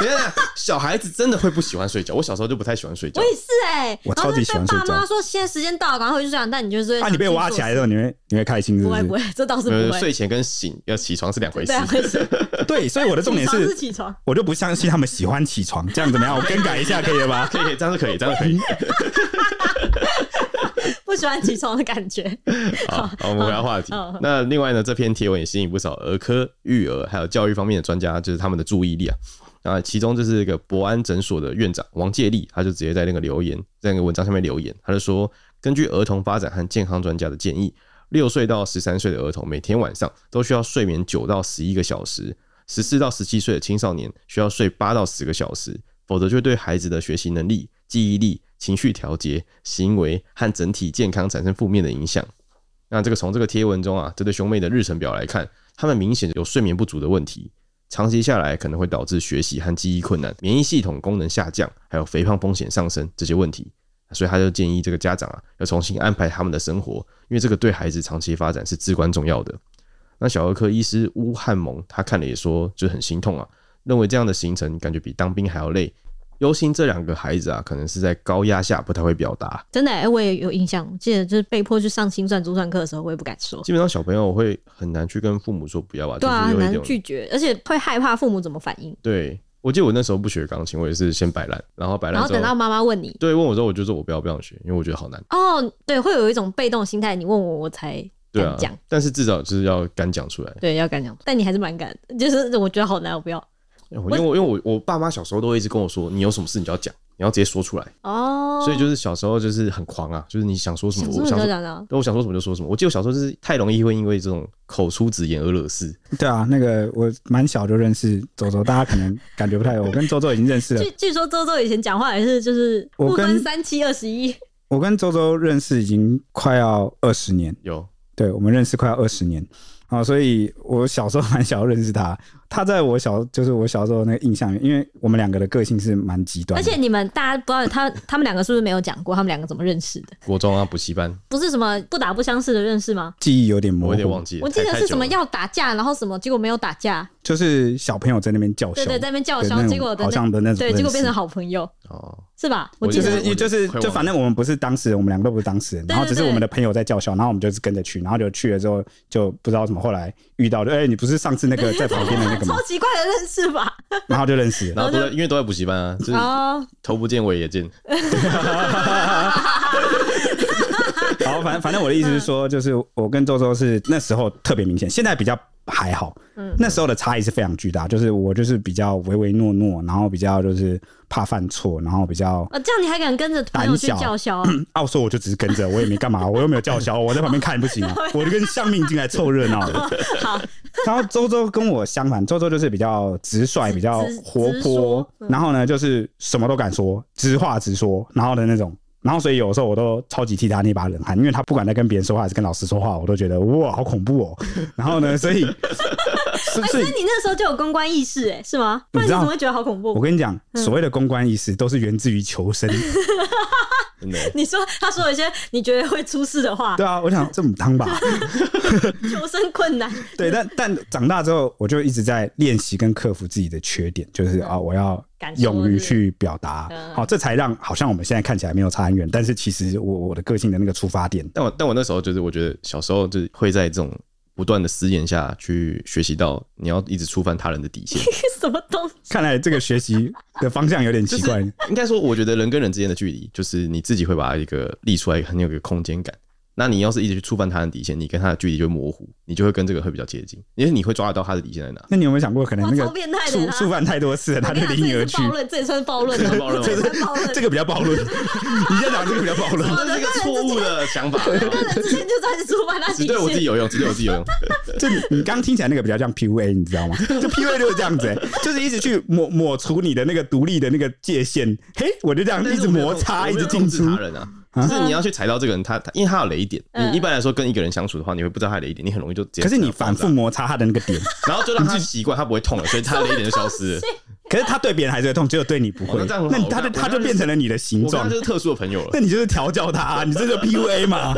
S3: 等一下，等一下小孩子真的会不喜欢睡觉。我小时候就不太喜欢睡觉
S2: 我，也是哎、欸，
S1: 我
S2: 然后
S1: 超级
S2: 就
S1: 喜欢
S2: 被
S1: 睡
S2: 爸妈
S1: 觉
S2: 说现在时间到了，赶快回去睡觉，但你就是
S1: 啊，你被挖起来的时
S2: 的，
S1: 候，你会你会开心是
S2: 不
S1: 不
S2: 会
S1: 是？
S2: 不会，这倒是不
S3: 呃，
S2: 会，
S3: 睡前跟醒要起床是两回事
S2: 对。啊，会睡
S1: 对，所以我的 [laughs] 重点
S2: 起床
S1: 是
S2: 是，起床， [laughs]
S1: 我就不相信他们喜欢起床，这样怎么样？我更改一下可以了吧？
S3: [laughs] 可以，可以，这样是可以，这样是可以。
S2: 不喜欢起床的感觉。 [laughs]
S3: 好，好我们回到话题
S2: 好好。
S3: 那另外呢，这篇贴文也吸引不少儿科、育儿还有教育方面的专家，就是他们的注意力啊。啊，其中就是一个博安诊所的院长王介立，他就直接在那个留言，在那个文章下面留言，他就说，根据儿童发展和健康专家的建议，六岁到十三岁的儿童每天晚上都需要睡眠九到十一个小时，十四到十七岁的青少年需要睡八到十个小时，否则就对孩子的学习能力、记忆力、情绪调节、行为和整体健康产生负面的影响。那这个从这个贴文中啊，这对兄妹的日程表来看，他们明显有睡眠不足的问题，长期下来可能会导致学习和记忆困难、免疫系统功能下降，还有肥胖风险上升这些问题。所以他就建议这个家长啊，要重新安排他们的生活，因为这个对孩子长期发展是至关重要的。那小儿科医师乌汉蒙他看了也说，就是很心痛啊，认为这样的行程感觉比当兵还要累，忧心这两个孩子啊，可能是在高压下不太会表达，
S2: 真的、欸，我也有印象，我记得就是被迫去上心算珠算课的时候，我也不敢
S1: [laughs]
S2: 说。
S3: 基本上小朋友会很难去跟父母说不要吧，
S2: 对啊，很
S3: 就是有一
S2: 难
S3: 种
S2: 拒绝，而且会害怕父母怎么反应。
S3: 对。我记得我那时候不学钢琴，我也是先摆烂，然后摆
S2: 然
S1: 啊
S3: 烂
S2: 后
S3: 之
S2: 等到妈妈问你，
S3: 对问我之后，我就说我不要不想学，因为我觉得好难。
S1: 啊
S2: 哦，对，会有一种被动心态，你问我我才
S3: 对啊
S2: 敢讲，，
S3: 但是至少就是要敢讲出来，
S2: 对，要敢讲，但你还是蛮敢，就是我觉得好难，我不要。
S3: 因为我因为我我爸妈小时候都会一直跟我说，你有什么事你就要讲，你要直接说出来。
S2: 哦，
S3: 所以就是小时候就是很狂啊，就是你想说什
S2: 想
S3: 么，我
S2: 说
S3: 想
S2: 你就
S3: 说，
S2: 讲到，
S3: 对我想说什么就说什么。我记得我小时候就是太容易会因为这种口出直言而惹事，
S1: 对啊，那个我蛮小就认识周周，大家可能感觉不太，我跟周周已经认识了
S2: 据，据说周周以前讲话也是就是
S1: 啊我
S2: 不分
S1: 跟
S2: 三七二十一，
S1: 我跟周周认识已经快要二十年，
S3: 有
S1: 对我们认识快要二十年。啊，所以我小时候蛮想要认识他。他在我小就是我小时候那个印象里，因为我们两个的个性是蛮极端
S2: 而
S1: 的，
S2: 且你们大家不知道他他们两个是不是没有讲过他们两个怎么认识的？
S3: 国中啊，补习班，
S2: 不是什么不打不相识的认识吗？
S1: 记忆有点模糊，
S3: 我有点忘记了。
S2: 我记得
S3: 太
S2: 是什么，
S3: 太久了
S2: 要打架，然后什么结果没有打架，
S1: 就是小朋友在那边叫
S2: 对
S1: 嚣，
S2: 对，在那边叫
S1: 对
S2: 嚣，
S1: 那种
S2: 结果的
S1: 好像的那种
S2: 对，结果变
S1: 认识
S2: 成好朋友
S3: 哦，
S2: 是吧？
S3: 我
S2: 记
S1: 就
S2: 得
S3: 记
S1: 是
S3: 得
S1: 也就是
S3: 快忘了
S1: 就反正我们不是当事人，我们两个都不是当事人，
S2: 对
S1: 然后只是
S2: 对
S1: 我们的朋友在叫嚣，然后我们就是跟着去，然后就去了之后就不知道怎么，后来遇到就哎、你不是上次那个在旁边的那个吗
S2: [laughs] 超？奇怪的认识吧？
S1: 然后就认识了。
S3: 然后都在因为都在补习班啊，就是
S2: 哦，
S3: 头不见尾也见，
S1: [laughs] 然后反正反正我的意思是说，就是我跟周周是那时候特别明显，现在比较还好。那时候的差异是非常巨大，就是我就是比较唯唯诺诺，然后比较就是怕犯错，然后比较
S2: 啊，这样你还敢跟着朋友去
S1: 胆小
S2: 叫嚣啊？
S1: 傲说我就只是跟着，我也没干嘛，我又没有叫嚣，我在旁边看不行啊，我就跟香命进来凑热闹。
S2: 好，
S1: [laughs] 然后周周跟我相反，周周就是比较直率，比较活
S2: 直
S1: 泼
S2: 说，嗯
S1: 然后呢就是什么都敢说，直话直说，然后的那种。然后所以有时候我都超级替他那把冷汗，因为他不管在跟别人说话还是跟老师说话，我都觉得哇好恐怖哦。 [laughs] 然后呢，所以所以所
S2: 所
S1: 以
S2: 以你那时候就有公关意识，哎，是吗？不
S1: 你
S2: 然
S1: 知
S2: 你
S1: 道
S2: 怎么会觉得好恐
S1: 我
S2: 怖？
S1: 跟你讲，
S2: 嗯
S1: 所谓的公关意识都是源自于求生。
S3: 真的。
S2: 你说他说了一些你觉得会出事的话，
S1: 对啊，我想这母汤吧。
S2: 求生困难， [laughs]
S1: 对，但但长大之后，我就一直在练习跟克服自己的缺点，就是啊，我要
S2: 敢说
S1: 勇于
S2: 是
S1: 去表达
S2: 嗯，
S1: 好，这才让好像我们现在看起来没有差很远，但是其实我我的个性的那个出发点，
S3: 但我但我那时候就是，我觉得小时候就是会在这种不断的私言下去学习到，你要一直触犯他人的底 [laughs] 线。
S2: 什么东西？啊
S1: 看来这个学习的方向有点奇怪。
S3: 应该说，我觉得人跟人之间的距离，就是你自己会把它一个立出来，很有一个空间感。那你要是一直去触犯他的底线，你跟他的距离就会模糊，你就会跟这个会比较接近，因为你会抓得到他的底线在哪。
S1: [laughs] 那你有没有想过，可能那
S2: 哇
S1: 个
S2: 超变态的
S1: 触
S2: 啦
S1: 触犯太多次了，他
S2: [laughs] 我跟
S1: 就
S2: 你讲
S1: 离你而去
S2: 这也是。暴论，这也算暴论
S3: 这
S2: 哦，
S3: 是暴
S2: 这
S3: 论吗
S2: 也算暴
S1: [laughs]
S2: 论。
S1: 这个比较暴
S2: [laughs]
S1: 露，你先讲这个比较暴露。
S3: 这是一个错误的想法，
S2: 哦个人之间就算是出卖他
S3: 只
S2: 底
S3: 对我自
S2: 线，
S3: 己有用，只对我自己有用。
S1: 就你你刚听起来那个比较像 PUA，你知
S2: [laughs]
S1: 道吗？就 PUA 就是这样子、欸，就是一直去抹抹除你的那个独立的那个界限。嘿，我就这样一直摩擦，一直进
S3: 制
S1: 出。
S3: 他人啊。就是你要去踩到这个人，他他因为他有雷点，
S2: 嗯
S3: 你一般来说跟一个人相处的话，你会不知道他的雷点，你很容易就直接
S1: 可是你反
S3: 放大
S1: 复，摩擦他的那个点， [laughs]
S3: 然后就让他习惯，他不会痛了，所以他的雷点就
S2: [laughs]
S3: 消失了。
S1: 可是他对别人还是会痛，只有对你不
S3: 哦
S1: 会。
S3: [laughs] 那这样很
S1: 那
S3: 好
S1: 你他
S3: 我
S1: 就
S3: 跟
S1: 他就
S3: 我跟
S1: 变成了你的形
S3: 我跟他
S1: 状
S3: 就，是特殊的朋友了
S2: [laughs]
S1: 那。你就是调教他、你这就 PUA 嘛？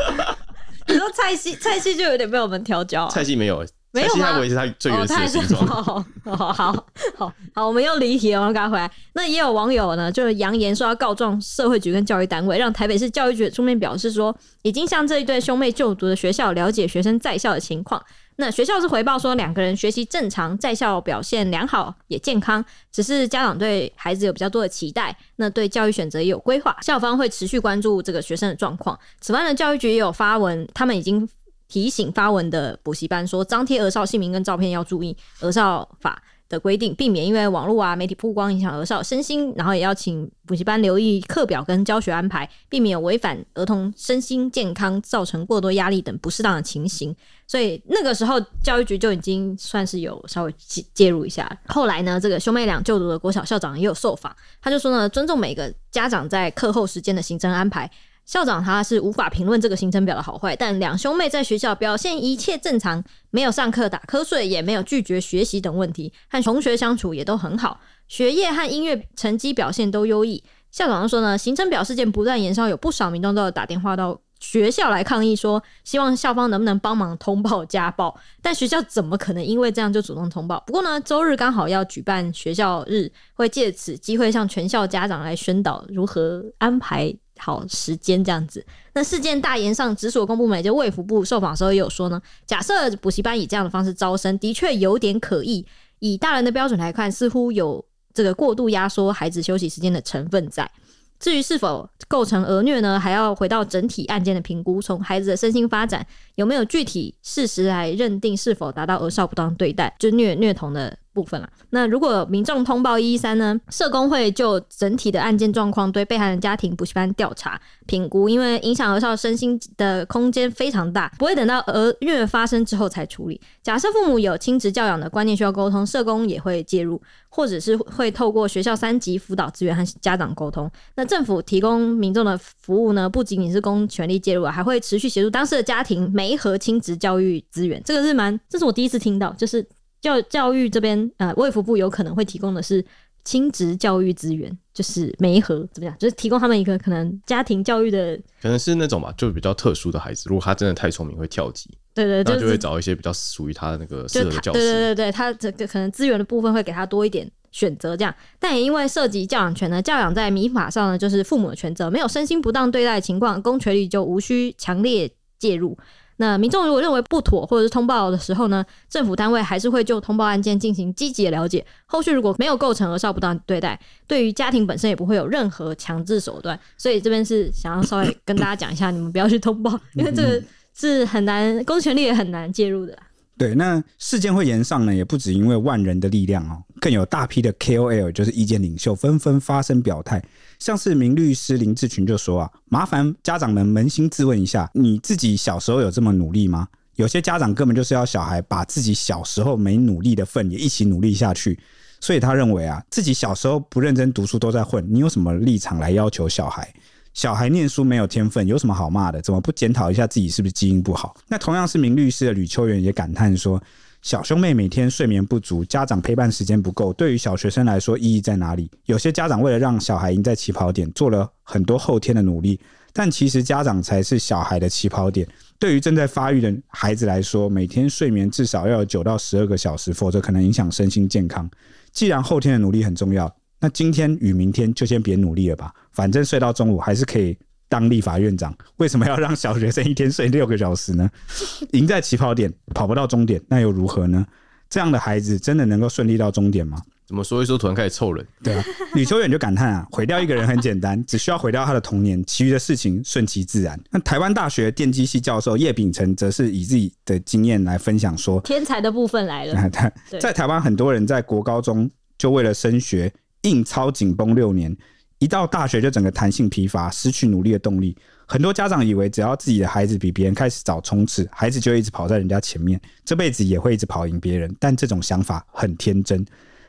S2: 你说蔡西，蔡西就有点被我们调教啊。
S3: 蔡西没有，欸
S2: 没有
S3: 蔡西
S2: 吗
S3: 他维持他最
S2: 哦，
S3: 原始
S2: 他还
S3: 的
S2: 是
S3: 形状。
S2: 哦，好好好好，我们又离题了，我们赶快回来。那也有网友呢，就是扬言说要告状社会局跟教育单位，让台北市教育局出面表示说，已经向这一对兄妹就读的学校了解学生在校的情况。那学校是回报说两个人学习正常，在校表现良好也健康，只是家长对孩子有比较多的期待，那对教育选择也有规划，校方会持续关注这个学生的状况。此外呢，教育局也有发文，他们已经提醒发文的补习班说，张贴儿少姓名跟照片要注意儿少法的规定，避免因为网络啊媒体曝光影响儿少身心，然后也要请补习班留意课表跟教学安排，避免有违反儿童身心健康造成过多压力等不适当的情形。所以那个时候教育局就已经算是有稍微介介入一下了。后来呢，这个兄妹俩就读的国小校长也有受访，他就说呢，尊重每个家长在课后时间的行程安排。校长他是无法评论这个行程表的好坏，但两兄妹在学校表现一切正常，没有上课打瞌睡，也没有拒绝学习等问题，和同学相处也都很好，学业和音乐成绩表现都优异。校长说呢，行程表事件不断延烧，有不少民众都有打电话到学校来抗议说，希望校方能不能帮忙通报家暴。但学校怎么可能因为这样就主动通报？不过呢，周日刚好要举办学校日，会借此机会向全校家长来宣导如何安排好时间这样子。那事件大延上，直属公部门也就卫福部受访的时候也有说呢，假设补习班以这样的方式招生，的确有点可疑。以大人的标准来看，似乎有这个过度压缩孩子休息时间的成分在。至于是否构成儿虐呢，还要回到整体案件的评估，从孩子的身心发展有没有具体事实来认定是否达到儿少不当对待，就虐虐童的部分啦。那如果民众通报一一三呢，社工会就整体的案件状况对被害人家庭补习班调查评估，因为影响儿少身心的空间非常大，不会等到儿虐发生之后才处理。假设父母有亲职教养的观念需要沟通，社工也会介入，或者是会透过学校三级辅导资源和家长沟通。那政府提供民众的服务呢，不仅仅是公权力介入啊，还会持续协助当事的家庭媒合亲职教育资源。这个是蛮，这是我第一次听到，就是教教育这边呃，卫福部有可能会提供的是亲职教育资源，就是媒合怎么样，就是提供他们一个可能家庭教育的，
S3: 可能是那种吧，就比较特殊的孩子，如果他真的太聪明会跳级，
S2: 对对
S3: 那
S2: 对，
S3: 就是会找一些比较属于他的那个适
S2: 就
S3: 合的
S2: 他
S3: 教
S2: 对
S3: 师。
S2: 对对对，他这个可能资源的部分会给他多一点选择，这样。但也因为涉及教养权呢，教养在民法上呢就是父母的权责，没有身心不当对待的情况，公权力就无需强烈介入。那民众如果认为不妥或者是通报的时候呢，政府单位还是会就通报案件进行积极的了解。后续如果没有构成儿少不当对待，对于家庭本身也不会有任何强制手段。所以这边是想要稍微跟大家讲一下，你们不要去通报，因为这
S3: 嗯
S2: 个是很难，公权力也很难介入的。
S1: 对，那事件会延上呢，也不只因为万人的力量哦，更有大批的 KOL，就是意见领袖纷纷发声表态。像是名律师林志群就说啊，麻烦家长们扪心自问一下，你自己小时候有这么努力吗？有些家长根本就是要小孩把自己小时候没努力的份也一起努力下去，所以他认为啊，自己小时候不认真读书都在混，你有什么立场来要求小孩？小孩念书没有天分，有什么好骂的？怎么不检讨一下自己是不是基因不好？那同样是名律师的吕秋元也感叹说，小兄妹每天睡眠不足，家长陪伴时间不够，对于小学生来说意义在哪里？有些家长为了让小孩赢在起跑点，做了很多后天的努力，但其实家长才是小孩的起跑点。对于正在发育的孩子来说，每天睡眠至少要有九到十二个小时，否则可能影响身心健康。既然后天的努力很重要，那今天与明天就先别努力了吧，反正睡到中午还是可以当立法院长。为什么要让小学生一天睡六个小时呢？ [laughs] 赢在起跑点，跑不到终点，那又如何呢？这样的孩子真的能够顺利到终点吗？
S3: 怎么说一说，突然开始凑人，
S1: 对啊，吕秋远就感叹啊，毁掉一个人很简单，只需要毁掉他的童年，其余的事情顺其自然。那台湾大学电机系教授叶秉成则是以自己的经验来分享说，
S2: 天才的部分
S1: [laughs]
S2: 来了。
S1: 啊，他
S2: 对
S1: 在台湾很多人在国高中就为了升学硬超紧绷六年，一到大学就整个弹性疲乏，失去努力的动力。很多家长以为只要自己的孩子比别人开始早冲刺，孩子就会一直跑在人家前面，这辈子也会一直跑赢别人。但这种想法很天真。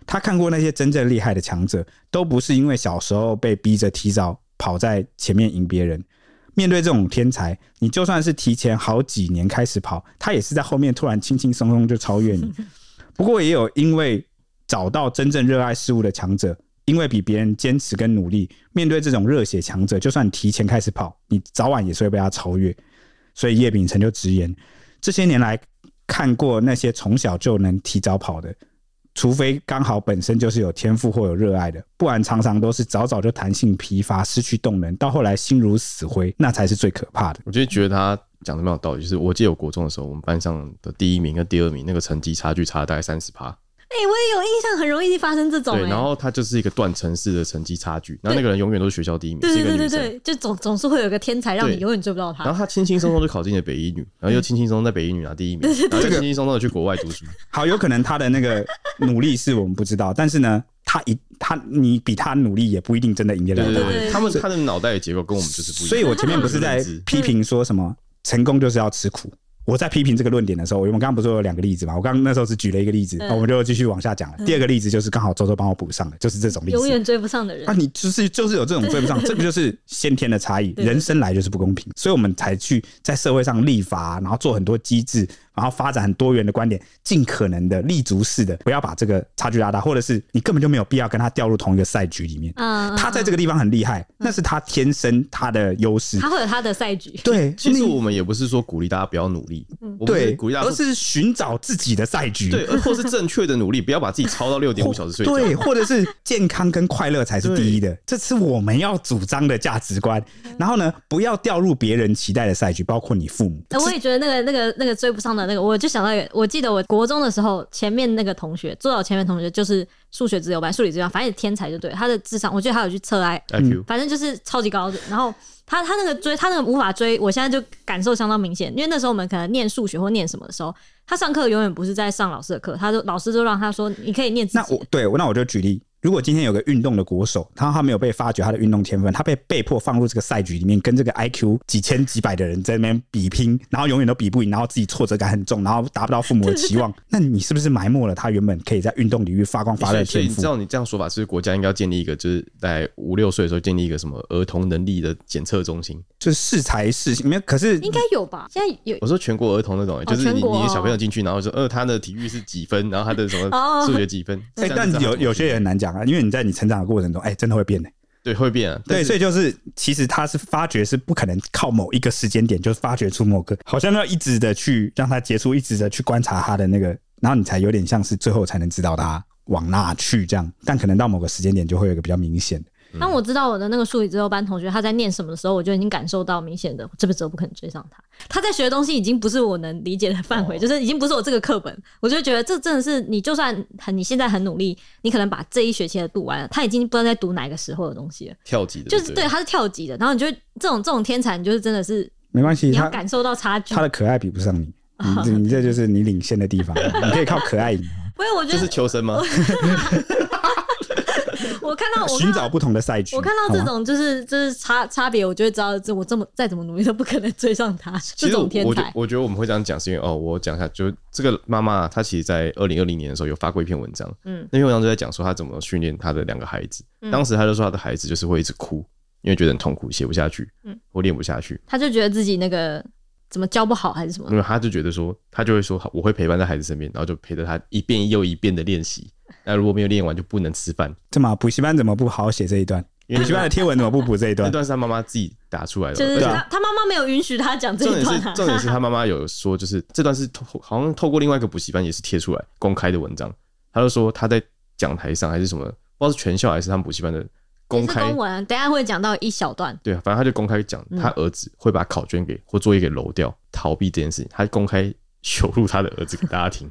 S1: 他看过那些真正厉害的强者，都不是因为小时候被逼着提早跑在前面赢别人。面对这种天才，你就算是提前好几年开始跑，他也是在后面突然轻轻松松就超越你。不过也有因为找到真正热爱事物的强者，因为比别人坚持跟努力，面对这种热血强者，就算你提前开始跑，你早晚也是会被他超越。所以叶秉成就直言，这些年来看过那些从小就能提早跑的，除非刚好本身就是有天赋或有热爱的，不然常常都是早早就弹性疲乏、失去动能，到后来心如死灰，那才是最可怕的。
S3: 我就觉得他讲的蛮有道理。就是我记得我国中的时候，我们班上的第一名跟第二名那个成绩差距差大概三十趴，
S2: 哎、我也有印象，很容易发生这种、
S3: 对，
S2: 哎，
S3: 然后他就是一个断层式的成绩差距，然后那个人永远都是学校第一名，
S2: 对
S3: 是一个
S2: 对
S3: 女
S2: 对对
S3: 生。
S2: 对，就总总是会有个天才让你
S3: 对
S2: 永远追不到
S3: 然
S2: 他。
S3: 后他轻轻松松就考进了北一女，然后
S2: 嗯
S3: 又轻轻松松在北一女拿第一名，然后又轻轻松松的去国外
S1: [laughs]
S3: 读书，
S1: 好，有可能他的那个努力是我们不知道，但是呢，他一他你比他努力也不一定真的赢得
S3: 对
S1: 了
S3: 对
S1: 他。
S3: 对
S2: 对
S3: 对，他们他的脑袋的结构跟我们就是不一样。
S1: 所以我前面不是在
S3: 认知
S1: 批评说什么成功就是要吃苦。我在批评这个论点的时候，我们刚刚不是有两个例子嘛？我刚刚那时候只举了一个例子，
S2: 嗯
S1: 那我们就继续往下讲了。第二个例子就是刚好周周帮我补上的，就是这种例
S2: 永
S1: 子。
S2: 远追不上的人
S1: 啊，，你就是就是有这种追不上，这个就是先天的差异，
S2: 对
S1: 人生来就是不公平，所以我们才去在社会上立法，啊然后做很多机制，然后发展很多元的观点，尽可能的立足式的，不要把这个差距拉大，或者是你根本就没有必要跟他掉入同一个赛局里面。
S2: 嗯，嗯
S1: 他在这个地方很厉害，那是他天生他的优势
S2: 嗯。他会有他的赛局，
S1: 对，
S3: 其实
S1: 你
S3: 我们也不是说鼓励大家不要努力，
S2: 嗯
S3: 我们
S1: 对
S3: 是鼓励大家
S1: 而
S3: 说
S1: 是寻找自己的赛局。
S3: 对，而或是正确的努力，不要把自己超到六点
S1: 或。
S3: 五小时睡觉。
S1: 对，或者是健康跟快乐才是第一的，这是我们要主张的价值观。
S2: 嗯
S1: 然后呢，不要掉入别人期待的赛局，包括你父母。
S2: 呃我也觉得那个那个那个追不上的那个，我就想到有，我记得我国中的时候，前面那个同学，坐到前面同学就是数学自由班、数理自由班，反正也天才就对了。他的智商，我觉得他有去测 I，
S1: 嗯
S3: IQ
S2: 反正就是超级高的。然后他他那个追他那个无法追，我现在就感受相当明显，因为那时候我们可能念数学或念什么的时候，他上课永远不是在上老师的课，他就老师就让他说你可以念自
S1: 那
S2: 己
S1: 我
S2: 的。
S1: 对，那我就举例，如果今天有个运动的国手，他他没有被发掘他的运动天分，他被被迫放入这个赛局里面，跟这个 IQ 几千几百的人在那边比拼，然后永远都比不赢，然后自己挫折感很重，然后达不到父母的期
S2: [laughs]
S1: 望，那你是不是埋没了他原本可以在运动领域发光发
S3: 所
S1: 热
S3: 以
S1: 的
S3: 所以
S1: 天
S3: 你知
S1: 赋？
S3: 道你这样说法，是不是国家应该要建立一个，就是在五六岁的时候建立一个什么儿童能力的检测中心。
S1: 就是适才适性，没有，可是
S2: 应该有吧？现在有
S3: 我说全国儿童那种、就是你
S2: 全国哦
S3: 你的小朋友进去，然后说，呃，他的体育是几分，然后他的什
S2: 哦
S3: 么 [laughs] 数学几分。
S1: 哎、
S3: 这样
S1: 但
S3: 子让他
S1: 有
S3: 怎么
S1: 有些
S3: 去
S1: 也很难讲啊，因为你在你成长的过程中，哎、真的会变的、
S3: 对会变啊，但
S1: 对，
S3: 是
S1: 所以就是其实他是发掘是不可能靠某一个时间点就是发掘出某个，好像要一直的去让他接触，一直的去观察他的那个，然后你才有点像是最后才能知道他往哪去这样，但可能到某个时间点就会有一个比较明显的。
S2: 当我知道我的那个数理自由班同学他在念什么的时候，我就已经感受到明显的这辈子都不可能追上他。他在学的东西已经不是我能理解的范
S1: 哦
S2: 围，就是已经不是我这个课本。我就觉得这真的是你，就算很你现在很努力，你可能把这一学期的读完了，他已经不知道在读哪个时候的东西了。
S3: 跳级的
S2: 就是对，
S3: 了
S2: 他是跳级的，然后你就会这种这种天才，你就是真的是
S1: 没关系，
S2: 你要
S1: 他
S2: 感受哦到差距
S1: 他。的可爱比不上你，你这你这就是你领先的地方，啊
S2: [laughs]
S1: 你可以靠可爱赢，
S2: 不是，我觉
S3: 这是
S2: 得
S3: 求生吗？
S2: 我看到我
S1: 寻
S2: 看
S1: 找
S2: 到。
S1: 不同的赛局。
S2: 我看到这
S1: 好吗
S2: 种就是就是差差别，我就会知道，这我这么再怎么努力都不可能追上他
S3: [laughs] 其
S2: [laughs] 这
S3: 实我
S2: 种天
S3: 我觉
S2: 才。
S3: 我觉得我们会这样讲，是因为哦，我讲一下，就这个妈妈她其实，在二零二零年的时候有发过一篇文章，
S2: 嗯
S3: 那篇文章就在讲说她怎么训练她的两个孩子。当时她就说她的孩子就是会一直哭，因为觉得很痛苦，写不下去，
S2: 嗯
S3: 或练不下去，
S2: 他就觉得自己那个怎么教不好还是什么
S3: 因，为她就觉得说，她就会说好我会陪伴在孩子身边，然后就陪着他一遍又一遍的练习。那如果没有练完就不能吃饭，
S1: 这么补习班怎么不好好写这一
S2: [laughs]
S1: 段？
S3: 因
S1: 补
S3: 为
S1: 习班的贴文怎么不补这一
S3: 那
S1: 段？
S3: 段是她妈妈自己打出来的，
S2: 就是
S3: 而且
S2: 他他妈妈没有允许他讲这
S3: 啊重
S2: 一段
S3: 点
S2: [laughs]
S3: 是
S2: 啊。
S3: 重点是他妈妈有说，就是这段是透好像透过另外一个补习班也是贴出来公开的文章，他就说他在讲台上还是什么，不知道是全校还是他们补习班的公
S2: 也是
S3: 开
S2: 公，文，啊嗯等一下会讲到一小段。
S3: 对，啊反正他就公开讲他儿子会把考卷给或作业给揉掉，逃避这件事情，他公开 [laughs] 羞辱他的儿子给大家听。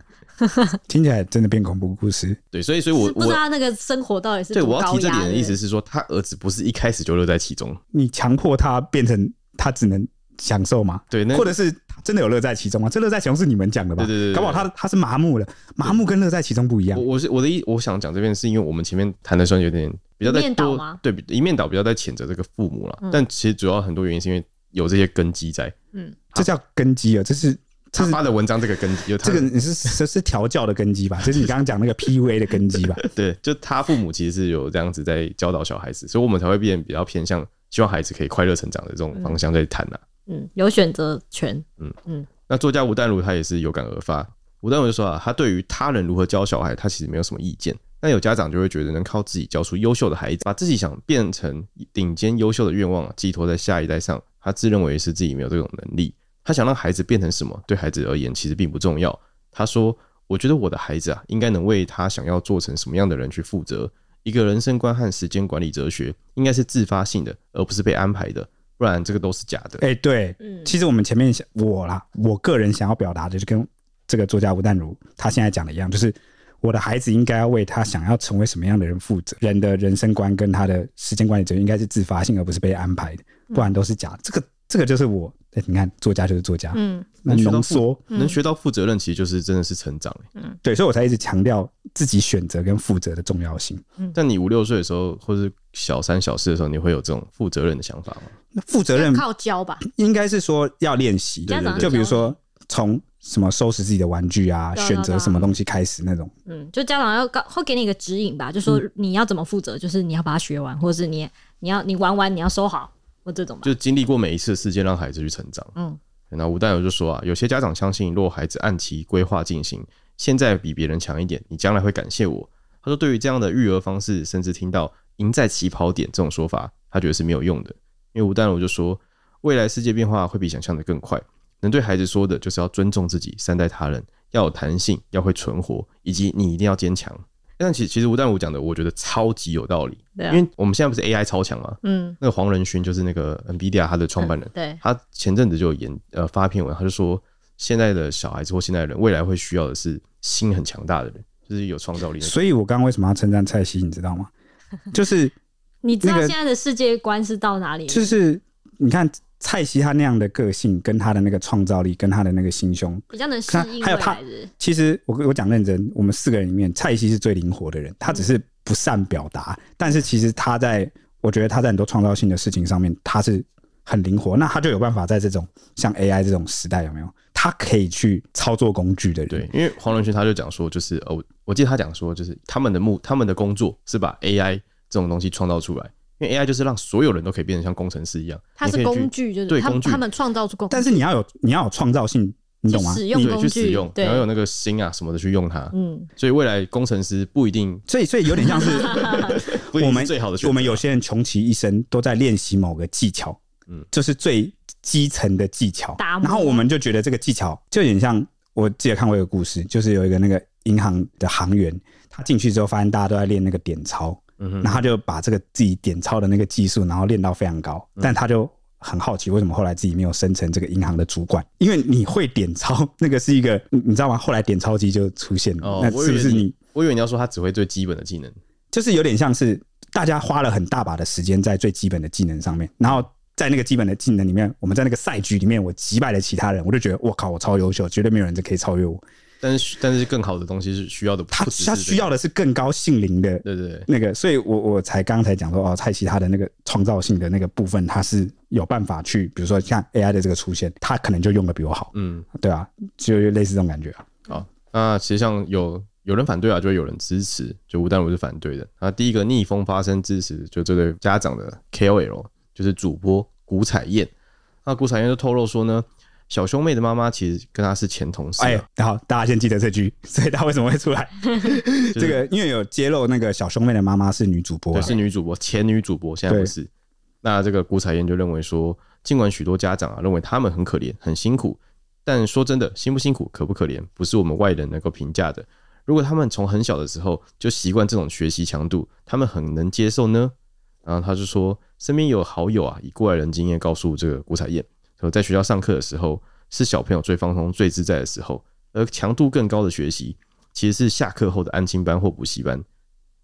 S1: 听起来真的变恐怖故事。
S3: 对，所以所以我
S2: 是不知道
S3: 我
S2: 他那个生活到底是
S3: 对
S2: 多
S3: 我要
S2: 高
S3: 提这
S2: 压
S3: 点的意思
S2: 对
S3: 是说，他儿子不是一开始就乐在其中，
S1: 你强迫他变成他只能享受吗？
S3: 对，那
S1: 或者是他真的有乐在其中吗？这乐在其中是你们讲的吧？
S3: 对对对对
S1: 搞不好他他是麻木了，麻木跟乐在其中不一样
S3: 我。我是我的意，我想讲这边是因为我们前面谈的算有点比较在
S2: 一面倒
S3: 多
S2: 吗嗯
S3: 对一面倒比较在谴责这个父母了，但其实主要很多原因是因为有这些根基在。
S1: 这叫根基啊，这是这
S3: 他
S1: 是
S3: 发的文章这个根基，就他
S1: 这个你是这是调教的根基吧？这是你刚刚讲那个 PUA 的根
S3: [laughs]
S1: 基吧？
S3: 对，就他父母其实是有这样子在教导小孩子，所以我们才会变比较偏向希望孩子可以快乐成长的这种方向在谈啊。
S2: 嗯，有选择权。
S3: 那作家吴淡如他也是有感而发，吴淡如就说啊，他对于他人如何教小孩，他其实没有什么意见。那有家长就会觉得能靠自己教出优秀的孩子，把自己想变成顶尖优秀的愿望啊寄托在下一代上，他自认为是自己没有这种能力。他想让孩子变成什么，对孩子而言其实并不重要。他说：“我觉得我的孩子啊，应该能为他想要做成什么样的人去负责。一个人生观和时间管理哲学应该是自发性的，而不是被安排的，不然这个都是假的。
S1: 哎、对，
S2: 嗯
S1: 其实我们前面想我啦，我个人想要表达的就跟这个作家吴淡如他现在讲的一样，就是我的孩子应该要为他想要成为什么样的人负责，人的人生观跟他的时间管理者应该是自发性，而不是被安排的，不然都是假的。这个这个就是我，哎你看作家就是作家，
S2: 嗯，
S1: 那
S3: 能学到
S1: 浓
S3: 负
S1: 缩，
S3: 能学到负责任，其实就是真的是成长、欸
S1: 对，所以我才一直强调自己选择跟负责的重要性。
S3: 但你五六岁的时候，或是小三小四的时候，你会有这种负责任的想法吗？
S1: 那负责任
S2: 靠教吧，
S1: 应该是说要练习，
S2: 家长
S1: 就比如说从什么收拾自己的玩具啊，
S2: 对啊
S1: 选择什么东西开始那种。
S2: 嗯，就家长要告会给你一个指引吧，就说
S3: 嗯
S2: 你要怎么负责，就是你要把它学完，或者是你你要你玩完你要收好，或这种吧。
S3: 就经历过每一次的事件，让孩子去成长。
S2: 嗯，
S3: 那吴淡友就说啊，有些家长相信，若孩子按其规划进行，现在比别人强一点，你将来会感谢我。他说，对于这样的育儿方式，甚至听到“赢在起跑点”这种说法，他觉得是没有用的。因为吴淡如就说，未来世界变化会比想象的更快，能对孩子说的就是要尊重自己，善待他人，要有弹性，要会存活，以及你一定要坚强。但其其实吴淡如讲的，我觉得超级有道理，
S2: 对啊
S3: 因为我们现在不是 AI 超强嘛，
S2: 嗯，
S3: 那个黄仁勋就是那个 NVIDIA 他的创办人，
S2: 对，
S3: 他前阵子就有研呃发一篇文，他就说现在的小孩子或现在的人，未来会需要的是心很强大的人，就是有创造力的。
S1: 所以我刚刚为什么要称赞蔡西，你知道吗？就是
S2: 你知道
S1: 那个
S2: 现在的世界观是到哪里？
S1: 就是，你看蔡西他那样的个性，跟他的那个创造力，跟他的那个心胸，
S2: 比较能适应
S1: 还
S2: 未
S1: 有他
S2: 来的。
S1: 其实我我讲认真，我们四个人里面，蔡西是最灵活的人，他只是不善表达，但是其实他在，我觉得他在很多创造性的事情上面，他是很灵活，那他就有办法在这种像 AI 这种时代，有没有？他可以去操作工具的人，
S3: 对，因为黄仁勋他就讲说，就是呃，我我记得他讲说，就是他们的目他们的工作是把 AI 这种东西创造出来，因为 AI 就是让所有人都可以变得像工程师一样，
S4: 它是
S3: 你可以去
S4: 工具，就是
S3: 对
S4: 他
S3: 工具
S4: 他们创造出工具，
S1: 但是你要有你要有创造性，你懂吗？
S4: 去使
S1: 你
S4: 用
S3: 对
S4: 工
S3: 去使
S4: 具，
S3: 用，
S4: 对
S3: 然后有那个心啊什么的去用它， [laughs]
S4: 嗯，
S3: 所以未来工程师不一定
S1: 所以所以有点像是
S3: 不
S1: 我
S3: 一定
S1: 们
S3: 是最好的选择，
S1: 我们有些人穷其一生都在练习某个技巧，嗯
S3: 嗯，
S1: 就是最基层的技巧。
S2: 打磨
S1: 然后我们就觉得这个技巧就有点像，我记得看过一个故事，就是有一个那个银行的行员，他进去之后发现大家都在练那个点钞，
S3: 嗯哼
S1: 然后他就把这个自己点钞的那个技术，然后练到非常高，
S3: 嗯
S1: 但他就。很好奇为什么后来自己没有升成这个银行的主管？因为你会点钞，那个是一个你你知道吗？后来点钞机就出现了，
S3: 哦
S1: 那
S3: 我以
S1: 是不
S3: 为
S1: 是
S3: 你
S1: 你
S3: 我以为你要说他只会最基本的技能，
S1: 就是有点像是大家花了很大把的时间在最基本的技能上面，然后在那个基本的技能里面，我们在那个赛局里面，我击败了其他人，我就觉得我靠，我超优秀，绝对没有人可以超越我。
S3: 但是但是更好的东西是需要的，
S1: 他
S3: 不只是
S1: 他
S3: 这个
S1: 需要的是更高性灵的
S3: 对对对
S1: 那个，所以我我才刚才讲说哦，蔡奇他的那个创造性的那个部分，他是有办法去，比如说像 AI 的这个出现，他可能就用的比我好，
S3: 嗯
S1: 对啊，就类似这种感觉啊。
S3: 好，那其实像有有人反对啊，就会有人支持，就吴丹如是反对的。那第一个逆风发声支持就这对家长的 KOL，就是主播谷彩燕。那谷彩燕就透露说呢，小兄妹的妈妈其实跟她是前同事啊、
S1: 哎，然后大家先记得这句，所以他为什么会出来？这个因为有揭露那个小兄妹的妈妈是女主播、
S3: 对，
S1: 啊，
S3: 是女主播，前女主播，现在不是。那这个谷彩燕就认为说，尽管许多家长啊认为他们很可怜、很辛苦，但说真的，辛不辛苦、可不可怜，不是我们外人能够评价的。如果他们从很小的时候就习惯这种学习强度，他们很能接受呢？然后他就说，身边有好友啊，以过来人经验告诉这个谷彩燕，说在学校上课的时候是小朋友最放松、最自在的时候，而强度更高的学习其实是下课后的安亲班或补习班。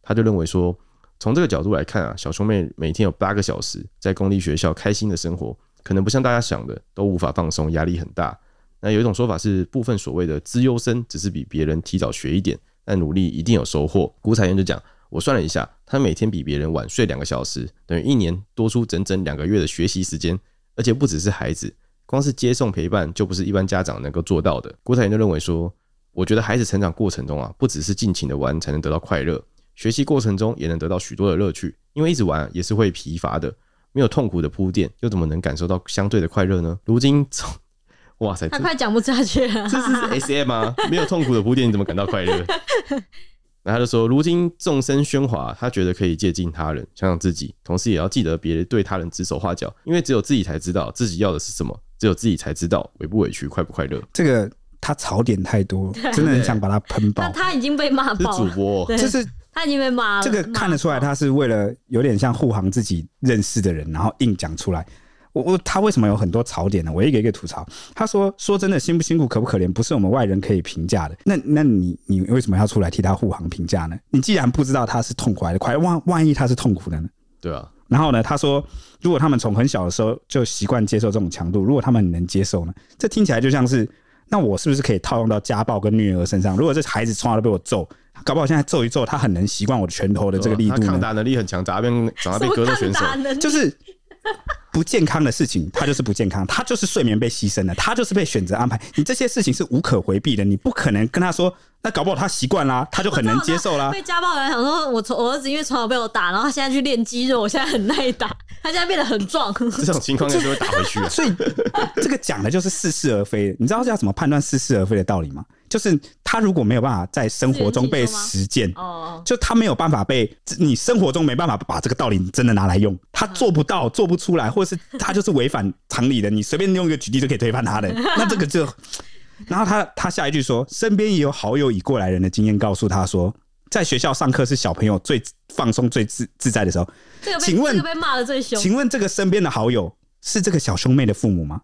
S3: 他就认为说，从这个角度来看啊，小熊妹每天有八个小时在公立学校开心的生活，可能不像大家想的都无法放松，压力很大。那有一种说法是，部分所谓的资优生只是比别人提早学一点，但努力一定有收获。古彩燕就讲，我算了一下，她每天比别人晚睡两个小时，等于一年多出整整两个月的学习时间，而且不只是孩子，光是接送陪伴就不是一般家长能够做到的。古彩燕就认为说，我觉得孩子成长过程中啊，不只是尽情的玩才能得到快乐，学习过程中也能得到许多的乐趣，因为一直玩啊也是会疲乏的，没有痛苦的铺垫，又怎么能感受到相对的快乐呢？如今从， [laughs] 哇塞，
S2: [laughs] 他
S3: 这
S2: 快讲不下去了，
S3: 这是 S M 啊，没有痛苦的铺垫，你怎么感到快乐？然后他就说，如今众生喧哗，他觉得可以借鉴他人，想想自己，同时也要记得别对他人指手画脚，因为只有自己才知道自己要的是什么，只有自己才知道委不委屈，快不快乐。
S1: 这个他槽点太多了，
S2: [laughs]
S1: 真的很想把他喷
S2: 他
S1: 爆。
S2: 他已经被骂
S3: 这是
S2: 爆
S3: 主
S2: 了，
S3: 播哦、
S2: 对
S1: 就是
S2: 他已经被骂了。
S1: 这个
S2: 呃骂
S1: 看得出来，
S2: 爆
S1: 他是为了有点像护航自己认识的人，然后硬讲出来。我我他为什么有很多槽点呢？我一个一个吐槽。他说说真的，辛不辛苦，可不可怜，不是我们外人可以评价的。那那你你为什么要出来替他护航评价呢？你既然不知道他是痛苦还是快乐，万万一他是痛苦的呢？
S3: 对啊，
S1: 然后呢，他说，如果他们从很小的时候就习惯接受这种强度，如果他们能接受呢，这听起来就像是，那我是不是可以套用到家暴跟虐儿身上？如果这孩子从小都被我揍，搞不好现在揍一揍，他很能习惯我的拳头的这个力
S3: 对啊
S1: 度
S3: 他抗
S1: 呢。
S3: 打能力很强，长大变长大
S2: 什
S3: 变
S2: 么
S3: 格斗
S2: 抗
S3: 选手
S2: 打，能力？
S1: 就是不健康的事情，他就是不健康，他就是睡眠被牺牲了，他就是被选择安排。你这些事情是无可回避的，你不可能跟他说，那搞不好他习惯啦，他就很能接受啦。
S2: 被家暴的人想说，我从我儿子因为从小被我打，然后他现在去练肌肉，我现在很耐打，他现在变得很
S1: [laughs]
S2: 壮。
S3: 这种情况 [laughs] 应该是会打回去啊。
S1: 所以这个讲的就是似是而非的。你知道要怎么判断似是而非的道理吗？就是他如果没有办法在生活中被实践，
S2: 哦，
S1: 就他没有办法被你生活中没办法把这个道理真的拿来用，他做不到、做不出来，或者是他就是违反常理的。你随便用一个举例就可以推翻他的，那这个就……然后他他下一句说，身边也有好友以过来人的经验告诉他说，在学校上课是小朋友最放松、最自自在的时候。
S2: 这个被
S1: 请问
S2: 这个被骂的最凶。
S1: 请问这个身边的好友是这个小兄妹的父母吗？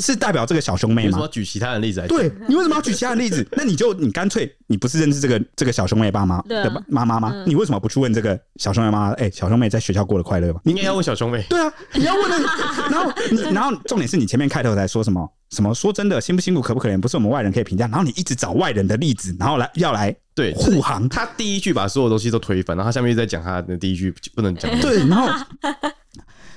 S1: 是代表这个小兄
S3: 比
S1: 妹
S3: 如说
S1: 吗？
S3: 举其他人的例子来讲，
S1: 对你为什么要举其他的例子？那你就你干脆你不是认识这个这个小兄妹爸妈
S2: 对啊
S1: 的爸妈妈吗？
S2: 嗯
S1: 你为什么不去问这个小兄妹妈妈？哎、小兄妹在学校过得快乐吗？
S3: 你应该要问小兄妹，
S1: 对啊，你要问的，然后你，然后重点是你前面开头才说什么什么，说真的，辛不辛苦，可不可怜，不是我们外人可以评价。然后你一直找外人的例子，然后来要来
S3: 对，就是
S1: 护航，
S3: 他第一句把所有东西都推翻，然后他下面又在讲他的第一句不能讲的，
S1: 对，然后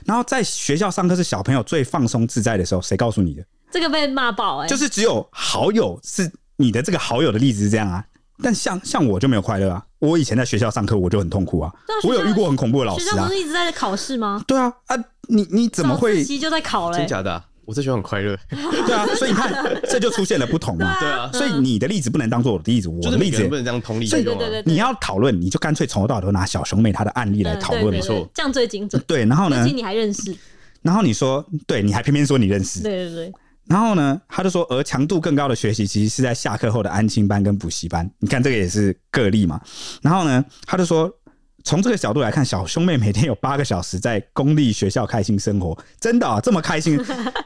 S1: 然后在学校上课是小朋友最放松自在的时候，谁告诉你的？
S2: 这个被骂爆哎、
S1: 就是只有好友是你的这个好友的例子是这样啊。但像像我就没有快乐啊，我以前在学校上课我就很痛苦啊
S2: 对啊，学
S1: 我
S2: 校
S1: 有遇过很恐怖的老
S2: 学
S1: 师
S2: 校
S1: 啊
S2: 不，是一直在考试吗？
S1: 对啊啊，你你怎么
S2: 早
S1: 会
S2: 自习就在考嘞、
S3: 真假的啊？我在学校很快 [laughs] 乐，
S1: 对啊？所以你看这就出现了不同嘛。
S3: 对 [laughs] 啊，
S1: 所以你的例子不能当做我的例子，我
S3: 就
S1: 的
S3: 是
S1: 例
S3: 每个
S1: 子
S3: 人不能这样同理
S1: 所以
S3: 用
S2: 对对对。
S3: 啊
S1: 你要讨论，你就干脆从头到尾都拿小熊妹她的案例来
S2: 嗯
S1: 讨论嗯
S2: 对
S1: 嘛
S2: 对。对
S3: 没错
S2: 这样最精准。
S1: 对，然后
S2: 毕
S1: 呢，
S2: 竟你还认识，
S1: 然后你说，对，你还偏偏说你认识，
S2: 对对对，
S1: 然后呢，他就说，而呃强度更高的学习其实是在下课后的安亲班跟补习班，你看这个也是个例嘛。然后呢，他就说。从这个角度来看，小兄妹每天有八个小时在公立学校开心生活，真的、啊这么开心？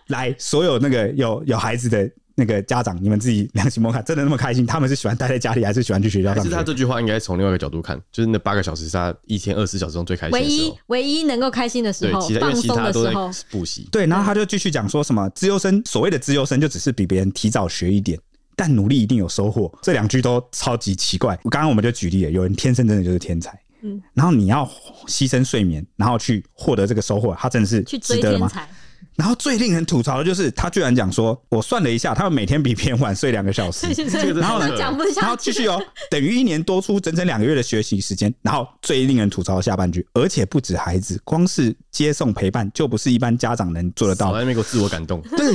S1: 来，所有那个有有孩子的那个家长，你们自己良心摸看，真的那么开心？他们是喜欢待在家里，还是喜欢去学校
S3: 还
S1: 上
S3: 是
S1: 学
S3: 他？这句话应该从另外一个角度看，就是那八个小时是他一天二十四小时中最开心
S2: 唯
S3: 的时
S2: 一
S3: 候。
S2: 唯一能够开心的时
S3: 对
S2: 候，，
S3: 其他因为
S2: 放
S3: 其
S2: 松
S3: 他
S2: 的
S3: 都
S2: 时
S3: 在
S2: 候，
S3: 补习，
S1: 对，然后他就继续讲说什么资优生，所谓的资优生就只是比别人提早学一点，但努力一定有收获。这两句都超级奇怪。我刚刚我们就举例了，有人天生真的就是天才，
S2: 嗯
S1: 然后你要牺牲睡眠，然后去获得这个收获，他真的是
S2: 去
S1: 值
S2: 追
S1: 得的
S2: 天
S1: 吗？
S2: 才， [laughs]
S1: 然后最令人吐槽的就是，他居然讲说，我算了一下，他们每天比别人晚睡两个小
S2: [laughs]
S1: 时
S2: 对。对
S3: 这个
S2: 对，
S3: 真
S1: 然后呢
S3: 的
S2: 讲不下去，
S1: 然后继续哦，等于一年多出整整两个月的学习时间。然后最令人吐槽的下半句，而且不止孩子，光是接送陪伴就不是一般家长能做得到
S3: 少
S1: 的
S3: 在。那边给我自我感
S1: [laughs]
S3: 动，
S1: 对，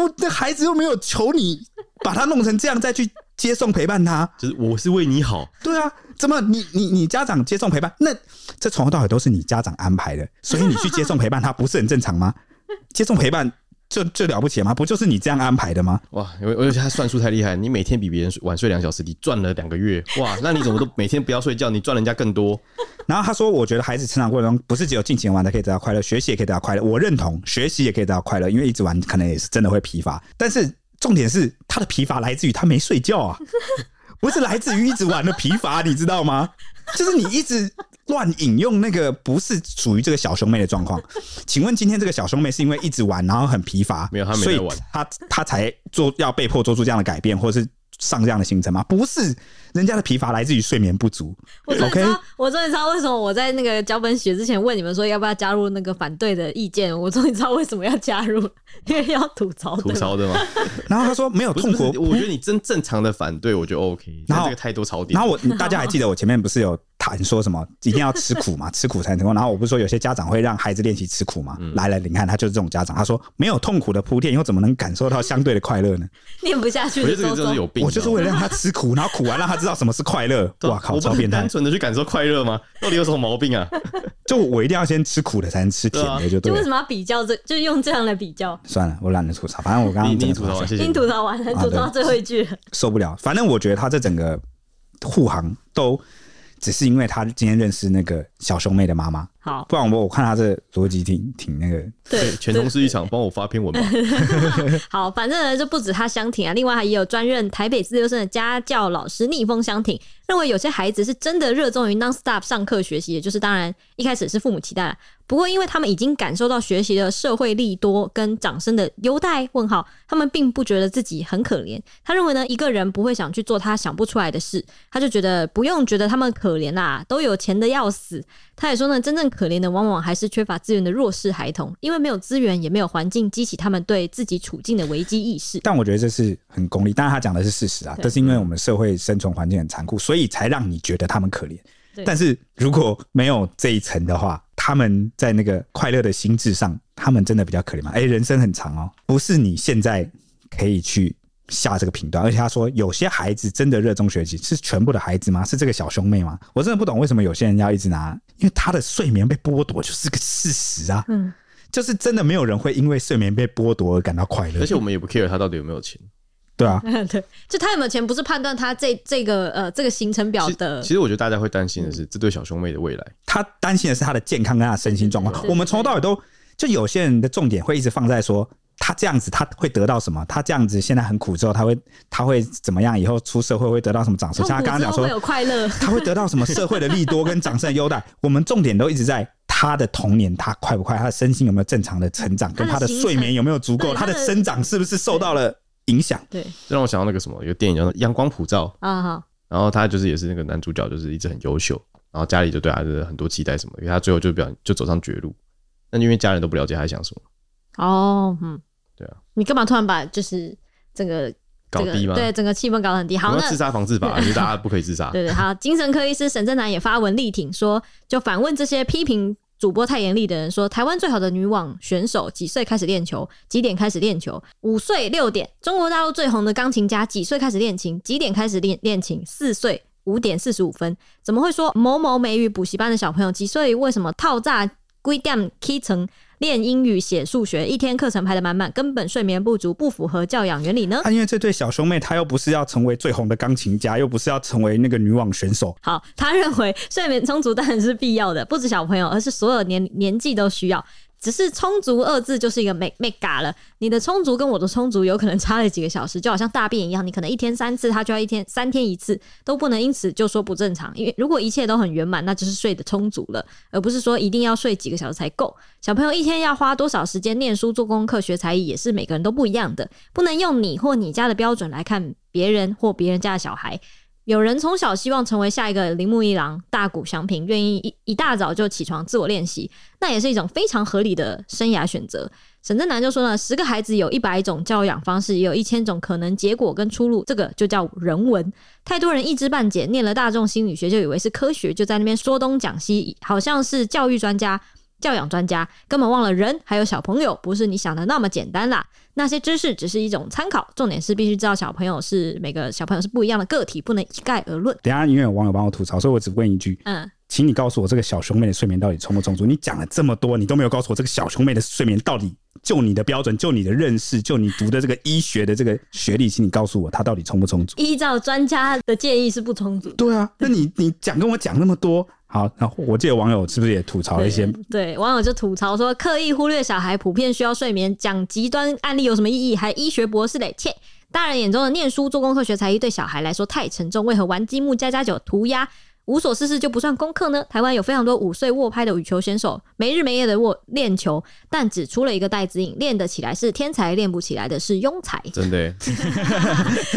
S1: 我这孩子又没有求你把他弄成这样再去接送陪伴他，
S3: 就是我是为你好，
S1: 对啊，怎么你你你家长接送陪伴，那这从头到尾都是你家长安排的，所以你去接送陪伴他不是很正常吗？接送陪伴就就了不起了吗？不就是你这样安排的吗？
S3: 哇！而而且他算术太厉害，你每天比别人晚睡两小时，你赚了两个月，哇！那你怎么都每天不要睡觉，你赚人家更多？
S1: 然后他说，我觉得孩子成长过程中不是只有尽情玩才可以得到快乐，学习也可以得到快乐。我认同，学习也可以得到快乐，因为一直玩可能也是真的会疲乏，但是重点是他的疲乏来自于他没睡觉
S3: [laughs]
S1: 啊。不是来自于一直玩的疲乏，你知道吗？就是你一直乱引用那个不是属于这个小兄妹的状况。请问今天这个小兄妹是因为一直玩，然后很疲乏，
S3: 没有她没在
S1: 所以
S3: 玩
S1: 她她才做要被迫做出这样的改变，或是上这样的行程吗？不是，人家的疲乏来自于睡眠不足。
S2: [laughs] 我终于知
S1: OK，
S2: 道，我终于知道为什么我在那个脚本写之前问你们说要不要加入那个反对的意见，我终于知道为什么要加入， [laughs] 因为要吐槽，
S3: [laughs] 吐
S2: 哦对吧
S3: 槽的吗？
S1: 然后他说没有
S3: 不是
S1: 痛
S3: 不
S1: 苦
S3: 是，，我觉得你真正常的反对，我觉得 OK。
S1: 然
S3: 但
S1: 后
S3: 这个太多槽点，
S1: 然后我大家还记得我前面不是有谈说什么一定要吃苦
S3: [laughs]
S1: 嘛，吃苦才能成功。然后我不是说有些家长会让孩子练习吃苦嘛？
S3: 嗯
S1: 来了，你看他就是这种家长，他说没有痛苦的铺垫，又怎么能感受到相对的快乐呢？
S2: 念不下去
S3: 我觉
S2: 的
S3: 得这个
S2: 周
S3: 真的是有
S2: 周。
S3: 病。
S1: 我就是为了让他吃苦，然后苦完啊让他知道什么是快乐。
S3: 对啊
S1: 哇靠，
S3: 我不
S1: 超
S3: 能
S1: 变态
S3: 单！纯的去感受快乐吗？到底有什么毛病啊？
S1: 就我一定要先吃苦的，才能吃甜
S3: 啊
S1: 的，就对
S2: 就为
S1: 了
S2: 什。么要比较这，就用这样来比较？
S1: 算了，我懒得吐槽，反正我刚
S3: 你
S1: 刚真
S3: 你
S1: 的
S3: 吐槽完，谢
S2: 已
S3: 谢你
S2: 经。吐槽完了，
S1: 啊
S2: 吐槽到最后一句了，
S3: [laughs]
S1: 受不了。反正我觉得他这整个护航都只是因为他今天认识那个小兄妹的妈妈，
S2: 好，
S1: 不然我我看他这逻辑挺挺那个
S3: 对，
S2: 对，
S3: 全公司一场，帮我发篇文吧。
S2: 好，反正呢，就不止他相挺啊，另外还也有专任台北自由生的家教老师逆风相挺，认为有些孩子是真的热衷于 nonstop 上课学习，也就是当然一开始是父母期待了，不过因为他们已经感受到学习的社会利多跟掌声的优待问号，他们并不觉得自己很可怜。他认为呢，一个人不会想去做他想不出来的事，他就觉得不用觉得他们可怜啦，都有钱的要死。他也说呢，真正可怜的往往还是缺乏资源的弱势孩童，因为没有资源也没有环境激起他们对自己处境的危机意识。
S1: 但我觉得这是很功利，但是他讲的是事实啊，
S2: 对
S1: 这是因为我们社会生存环境很残酷，所以才让你觉得他们可怜
S2: 对。
S1: 但是如果没有这一层的话，他们在那个快乐的心智上，他们真的比较可怜吗？哎、人生很长哦，不是你现在可以去下这个评断。而且他说，有些孩子真的热衷学习，是全部的孩子吗？是这个小兄妹吗？我真的不懂为什么有些人要一直拿，因为他的睡眠被剥夺就是个事实啊。
S2: 嗯，
S1: 就是真的没有人会因为睡眠被剥夺而感到快乐
S3: 而，且我们也不 care 他到底有没有钱。
S1: 对啊。
S2: [laughs] 对，就他有没有钱，不是判断他这这个呃这个行程表
S3: 其
S2: 的嗯
S3: 其实我觉得大家会担心的是，这对小兄妹的未来。
S1: 他担心的是他的健康跟他的身心状
S2: 对对
S1: 况。
S2: 对
S1: 我们从头到尾都就有些人的重点会一直放在说他这样子他会得到什么，他这样子现在很苦之后他会他会怎么样，以后出社会会得到什么掌声。像他刚刚讲
S2: 痛苦
S1: 说
S2: 之后会有快乐，
S1: [laughs] 他会得到什么社会的利多跟掌声的优
S2: [laughs]
S1: 待，我们重点都一直在。他的童年，他快不快？他的身心有没有正常的成长？跟
S2: 他
S1: 他
S2: 的
S1: 的
S2: 行
S1: 睡眠有没有足够？
S2: 对
S1: 他的
S2: 他的
S1: 生长是不是受到了影响？
S2: 对
S3: 这让我想到那个什么，有个电影叫做《阳光普照》，
S2: 啊哈，
S3: 然后他就是也是那个男主角，就是一直很优秀，然后家里就对他就是很多期待什么，可是他最后就表就走上绝路。那因为家人都不了解他在想什么，
S2: 哦，嗯，
S3: 对啊，
S2: 你干嘛突然把就是整个
S3: 搞
S2: 这个
S3: 低吗？
S2: 对，整个气氛搞得很低。
S3: 我
S2: 好，
S3: 们
S2: 那
S3: 要自杀防
S2: [laughs]
S3: 治法，就是大家不可以自杀。
S2: 对对，好，精神科医师沈正南也发文力挺说，就反问这些批评主播太严厉的人说，台湾最好的女网选手几岁开始练球？几点开始练球？五岁六点。中国大陆最红的钢琴家几岁开始练琴？几点开始练练琴？四岁。五点四十五分，怎么会说某某美语补习班的小朋友几岁？为什么套炸规定 K 层练英语、写数学，一天课程排得满满，根本睡眠不足，不符合教养原理呢？
S1: 啊，因为这对小兄妹，他又不是要成为最红的钢琴家，又不是要成为那个女网选手，
S2: 好，他认为睡眠充足当然是必要的，不止小朋友，而是所有年年纪都需要。只是“充足”二字就是一个没没嘎了，你的充足跟我的充足有可能差了几个小时，就好像大便一样，你可能一天三次，他就要一天三天一次，都不能因此就说不正常。因为如果一切都很圆满，那就是睡得充足了，而不是说一定要睡几个小时才够。小朋友一天要花多少时间念书、做功课、学才艺，也是每个人都不一样的，不能用你或你家的标准来看别人或别人家的小孩。有人从小希望成为下一个铃木一郎、大谷翔平，愿意一一大早就起床自我练习，那也是一种非常合理的生涯选择。沈正南就说呢，十个孩子有一百种教养方式，也有一千种可能结果跟出路，这个就叫人文。太多人一知半解，念了大众心理学就以为是科学，就在那边说东讲西，好像是教育专家、教养专家，根本忘了人还有小朋友不是你想的那么简单啦。那些知识只是一种参考，重点是必须知道小朋友是每个小朋友是不一样的个体，不能一概而论。
S1: 等一下，因为有网友帮我吐槽，所以我只问一句，
S2: 嗯，
S1: 请你告诉我这个小兄妹的睡眠到底充不充足？你讲了这么多，你都没有告诉我这个小兄妹的睡眠到底，就你的标准，就你的认识，就你读的这个医学的这个学历，请你告诉我他到底充不充足？
S2: 依照专家的建议是不充足的。
S1: 对啊，那你你讲跟我讲那么多，好，然后我记得网友是不是也吐槽了一些？
S2: 对，网友就吐槽说，刻意忽略小孩普遍需要睡眠，讲极端案例有什么意义？还医学博士嘞，切！大人眼中的念书、做功课、学才艺，对小孩来说太沉重，为何玩积木、加加酒、涂鸦？无所事事就不算功课呢？台湾有非常多五岁握拍的羽球选手，没日没夜的握练球，但只出了一个戴子颖，练得起来是天才，练不起来的是庸才。
S3: 真的欸，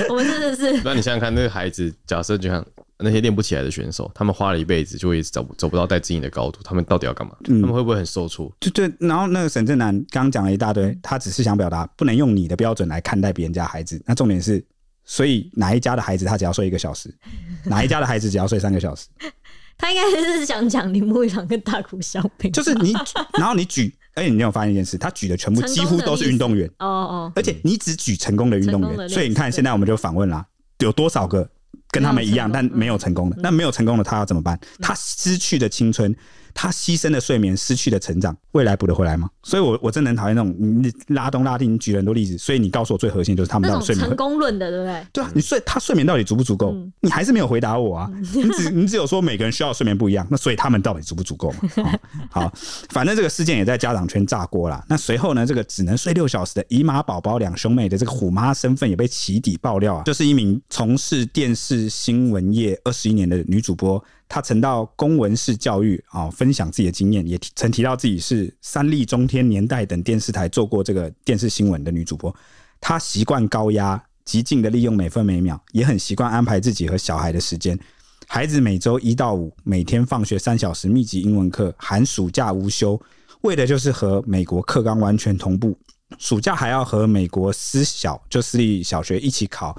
S2: 我们真的是
S3: 那你想想看，那个孩子，假设就像那些练不起来的选手，他们花了一辈子，就会一直走不走不到带自己的高度，他们到底要干嘛？他们会不会很受挫？
S1: 就对，然后那个沈正南刚刚讲了一大堆，他只是想表达不能用你的标准来看待别人家孩子。那重点是，所以哪一家的孩子他只要睡一个小时，哪一家的孩子只要睡三个小时，
S2: 他应该是想讲铃木一朗跟大谷翔平，
S1: 就是你，
S2: [laughs]
S1: 然后你举，而且你有发现一件事，他举的全部
S2: 成功
S1: 几
S2: 的
S1: 乎都是运动员，
S2: 哦哦，
S1: 而且你只举成功的运动
S2: 成功的
S1: 员，
S2: 例子
S1: 所以你看现在我们就访问啦，有多少个跟他们一样
S2: 没有
S1: 但没有
S2: 成功嗯
S1: 成功的？那没有成功的他要怎么办？他失去的青春，他牺牲的睡眠，失去的成长，未来补得回来吗？所以我我真的很讨厌那种你拉东拉丁，你举了很多例子，所以你告诉我最核心就是他们
S2: 那
S1: 到
S2: 种
S1: 底睡眠
S2: 成
S1: 会。
S2: 功论的，对不对？
S1: 对啊，你睡他睡眠到底足不足够？
S2: 嗯
S1: 你还是没有回答我啊！你只你只有说每个人需要睡眠不一样，那所以他们到底足不足够嘛、哦好，反正这个事件也在家长圈炸锅啦。那随后呢，这个只能睡六小时的姨妈宝宝两兄妹的这个虎妈身份也被起底爆料啊，就是一名从事电视新闻业二十一年的女主播。她曾到公文式教育啊、哦分享自己的经验，也提曾提到自己是三立、中天、年代等电视台做过这个电视新闻的女主播。她习惯高压，极尽的利用每分每秒，也很习惯安排自己和小孩的时间。孩子每周一到五，每天放学三小时密集英文课，寒暑假无休，为的就是和美国课纲完全同步。暑假还要和美国私小就私立小学一起考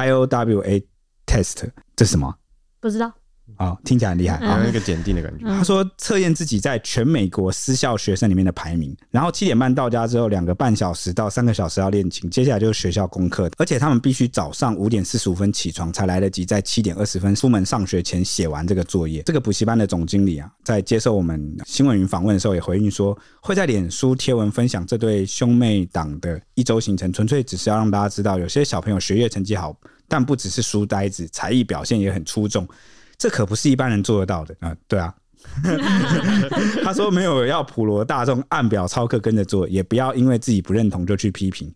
S1: IOWA test，这是什么
S2: 不知道，
S1: 啊、听起来很厉害
S3: 好
S1: 啊！
S3: 像那个检定的感觉。
S2: 嗯
S1: 他说测验自己在全美国私校学生里面的排名，然后七点半到家之后，两个半小时到三个小时要练琴，接下来就是学校功课，而且他们必须早上五点四十五分起床，才来得及在七点二十分出门上学前写完这个作业。这个补习班的总经理啊，在接受我们新闻云访问的时候也回应说，会在脸书贴文分享这对兄妹党的一周行程，纯粹只是要让大家知道，有些小朋友学业成绩好，但不只是书呆子，才艺表现也很出众。这可不是一般人做得到的啊、对啊， [laughs] 他说没有要普罗大众按表操课跟着做，也不要因为自己不认同就去批评，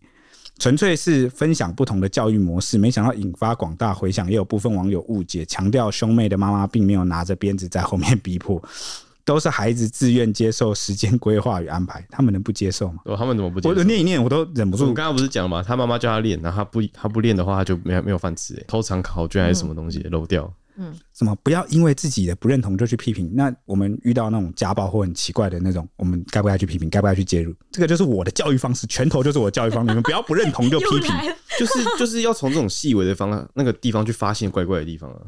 S1: 纯粹是分享不同的教育模式。没想到引发广大回响，也有部分网友误解，强调兄妹的妈妈并没有拿着鞭子在后面逼迫， [laughs] 都是孩子自愿接受时间规划与安排，他们能不接受吗？
S3: 哦对吧他们怎么不接
S1: 我
S3: 受？
S1: 念一念，我都忍不
S3: 我
S1: 住
S3: 们刚刚不是讲嘛，他妈妈叫他练，然后他不他不练的话，他就没有没有饭吃、欸，偷藏考卷还是什么东西、漏掉。
S1: 什么不要因为自己的不认同就去批评。那我们遇到那种家暴或很奇怪的那种，我们该不该去批评？该不该去介入？这个就是我的教育方式，拳头就是我的教育方式。你们不要不认同就
S3: [laughs]
S1: 批评。
S2: 了，
S3: 就是就是要从这种细微的方那个地方去发现怪怪的地方啊。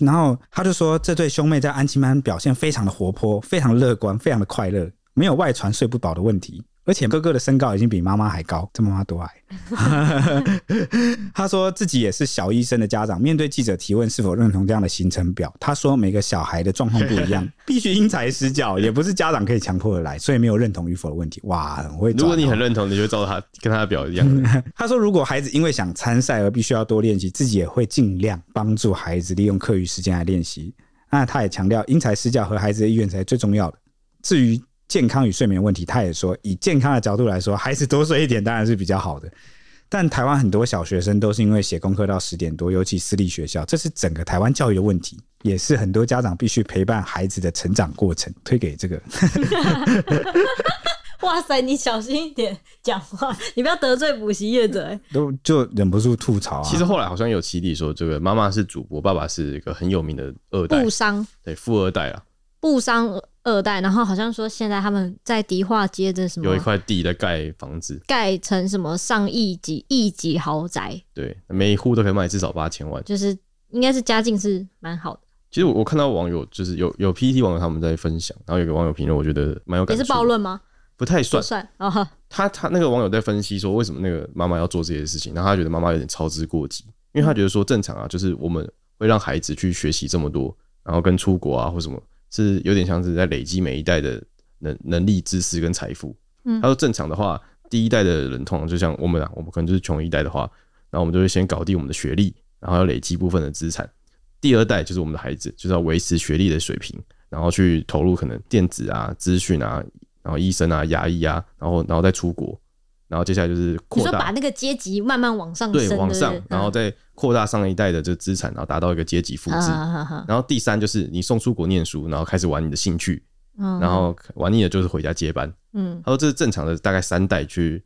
S1: 然后他就说，这对兄妹在安亲班表现非常的活泼，非常乐观，非常的快乐，没有外传睡不饱的问题。而且哥哥的身高已经比妈妈还高，这妈妈多矮！他说自己也是小医生的家长，面对记者提问是否认同这样的行程表，他说每个小孩的状况不一
S3: [laughs]
S1: 样，必须因材施教，也不是家长可以强迫的来，所以没有认同与否的问题。哇，很会、哦！
S3: 如果你很认同，你就照他跟他的表一样 [laughs] 的。
S1: 他说，如果孩子因为想参赛而必须要多练习，自己也会尽量帮助孩子利用课余时间来练习。那他也强调，因材施教和孩子的意愿才是最重要的。至于健康与睡眠问题，他也说，以健康的角度来说，孩子多睡一点当然是比较好的。但台湾很多小学生都是因为写功课到十点多，尤其私立学校，这是整个台湾教育的问题，也是很多家长必须陪伴孩子的成长过程。推给这个
S2: 哇塞，你小心一点讲话，你不要得罪补习业者、欸。
S1: 都就忍不住吐槽啊。
S3: 其实后来好像有起底说，这个妈妈是主播，爸爸是一个很有名的二代
S2: 布，商
S3: 对富二代啊，
S2: 布商二代，然后好像说现在他们在迪化街的什么
S3: 有一块地在盖房子，
S2: 盖成什么上亿级亿级豪宅，
S3: 对，每一户都可以卖至少八千万。
S2: 就是应该是家境是蛮好的，
S3: 其实我我看到网友就是有有 PT 网友他们在分享，然后有个网友评论，我觉得蛮有感
S2: 也
S3: 触
S2: 是
S3: 的。
S2: 暴论吗？
S3: 不太
S2: 不
S3: 算，
S2: 算哦，
S3: 他他那个网友在分析说，为什么那个妈妈要做这些事情，然后他觉得妈妈有点操之过急，因为他觉得说正常啊，就是我们会让孩子去学习这么多，然后跟出国啊或什么，是有点像是在累积每一代的能能力、知识跟财富。
S2: 嗯
S3: 他说正常的话，第一代的人通常就像我们啊，我们可能就是穷一代的话，然后我们就会先搞定我们的学历，然后要累积部分的资产。第二代就是我们的孩子，就是要维持学历的水平，然后去投入可能电子啊、资讯啊，然后医生啊、牙医啊，然后然后再出国，然后接下来就是
S2: 你
S3: 扩
S2: 说把
S3: 大
S2: 那个阶级慢慢往上
S3: 对
S2: 升，
S3: 往
S2: 不嗯
S3: 上，然后再扩大上一代的这资产，然后达到一个阶级复
S2: 嗯
S3: 制。
S2: 啊啊
S3: 然后第三就是你送出国念书，然后开始玩你的兴趣，
S2: 啊
S3: 然后玩腻了就是回家接班。
S2: 嗯，
S3: 他说这是正常的，大概三代去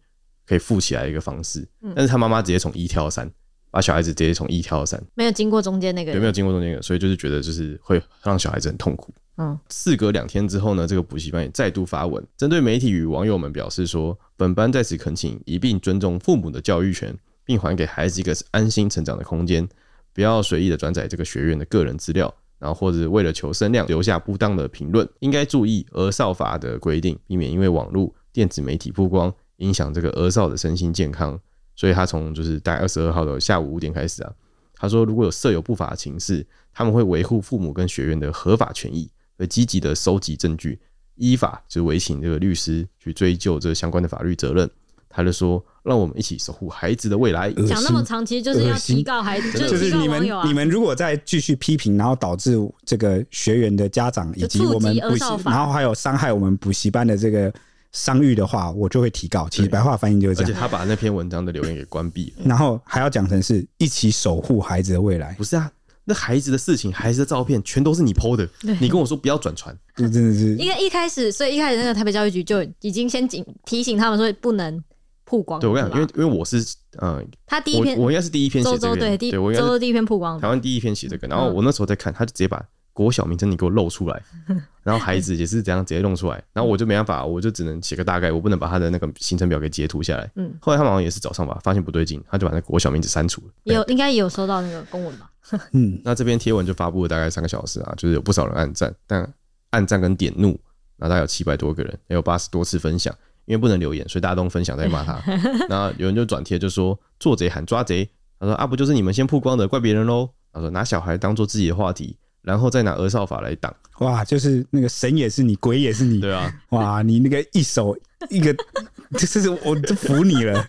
S3: 可以富起来的一个方式
S2: 嗯。
S3: 但是他妈妈直接从一跳到三，把小孩子直接从一跳到三，
S2: 没有经过中间那个
S3: 有没
S2: 人，
S3: 有经过中间一个，所以就是觉得就是会让小孩子很痛苦。
S2: 嗯，
S3: 事隔两天之后呢，这个补习班也再度发文，针对媒体与网友们表示说，本班在此恳请一并尊重父母的教育权，并还给孩子一个安心成长的空间，不要随意的转载这个学院的个人资料，然后或者为了求声量留下不当的评论，应该注意儿少法的规定，避免因为网络电子媒体曝光影响这个儿少的身心健康。所以他从就是大概二十二号的下午五点开始啊，他说如果有设有不法的情事，他们会维护父母跟学员的合法权益，会积极的收集证据，依法就是委请这个律师去追究这相关的法律责任。他就说，让我们一起守护孩子的未来。
S2: 讲那么长，其实就是要
S1: 恶心
S2: 提告孩子，
S1: 就是是
S2: 提
S1: 你
S2: 告网
S1: 们
S2: 友啊
S1: 你。们如果再继续批评，然后导致这个学员的家长以及
S2: 就触及
S1: 我们补
S2: 儿
S1: 习
S2: 少，法
S1: 然后还有伤害我们补习班的这个商誉的话，我就会提告。其实
S3: 对
S1: 白话翻译就是这
S3: 而且
S1: 样。
S3: 他把那篇文章的留言给关闭了。
S1: 然后还要讲成是一起守护孩子的未
S2: [laughs]
S1: 来，
S3: 不是啊，那孩子的事情、孩子的照片，全都是你 PO 的。你跟我说不要转传，
S1: 这真的是
S2: 因为一开始，所以一开始那个台北教育局就已经先警提醒他们说不能曝光。
S3: 对我跟你讲，因
S2: 吧
S3: 为因为我是嗯，
S2: 他哦第一篇
S3: 我我应该是第一篇写
S2: 周
S3: 这
S2: 周
S3: 个，
S2: 对第
S3: 对
S2: 周
S3: 我应该是
S2: 周第一篇曝光
S3: 台
S2: 的，嗯
S3: 湾第一篇写这个，然后我那时候在看，他就直接把国小名称你给我露出
S2: [laughs]
S3: 来，然后孩子也是这样直接弄出来，然后我就没办法，我就只能写个大概，我不能把他的那个行程表给截图下来。
S2: 嗯
S3: 后来他们好像也是早上吧，发现不对劲，他就把那国小名字删除了。
S2: 也有应该也有收到那个公文吧？
S1: 嗯，
S3: 那这篇贴文就发布了大概三个小时啊，就是有不少人按赞，但按赞跟点怒，然后大概有七百多个人，也有八十多次分享。因为不能留言，所以大家都分 [laughs] 享在骂他。那有人就转贴就说做贼喊抓贼，他说啊不就是你们先曝光的，怪别人喽。他说拿啊小孩当做自己的话题，然后再拿儿少法来挡。
S1: 哇，就是那个神也是你，鬼也是你，
S3: 对啊，
S1: 哇，你那个一手一个， [laughs] 这是我就服你了。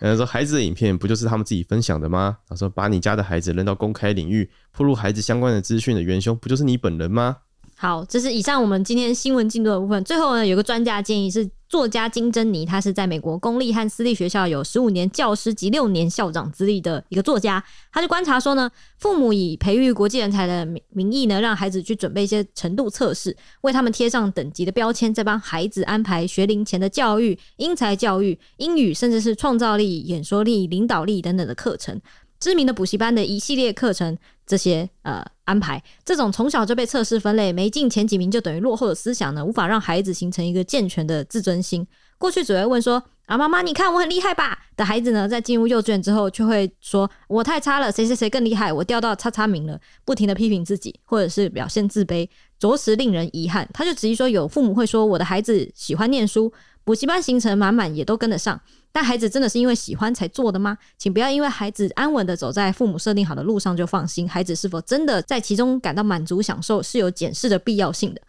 S3: 然后说孩子的影片不就是他们自己分享的吗？他说把你家的孩子扔到公开领域，暴露孩子相关的资讯的元凶不就是你本人吗？
S2: 好，这是以上我们今天新闻进度的部分。最后呢，有个专家建议是，作家金珍妮，她是在美国公立和私立学校有十五年教师及六年校长资历的一个作家。他就观察说呢，父母以培育国际人才的名名义呢，让孩子去准备一些程度测试，为他们贴上等级的标签，再帮孩子安排学龄前的教育、英才教育、英语，甚至是创造力、演说力、领导力等等的课程。知名的补习班的一系列课程，这些呃安排，这种从小就被测试分类，没进前几名就等于落后的思想呢，无法让孩子形成一个健全的自尊心。过去只会问说啊，妈妈，你看我很厉害吧？的孩子呢，在进入幼稚园之后，就会说我太差了，谁谁谁更厉害，我掉到叉叉名了，不停的批评自己，或者是表现自卑，着实令人遗憾。他就质疑说，有父母会说我的孩子喜欢念书，补习班行程满满，也都跟得上。但孩子真的是因为喜欢才做的吗？请不要因为孩子安稳的走在父母设定好的路上就放心，孩子是否真的在其中感到满足享受是有检视的必要性的。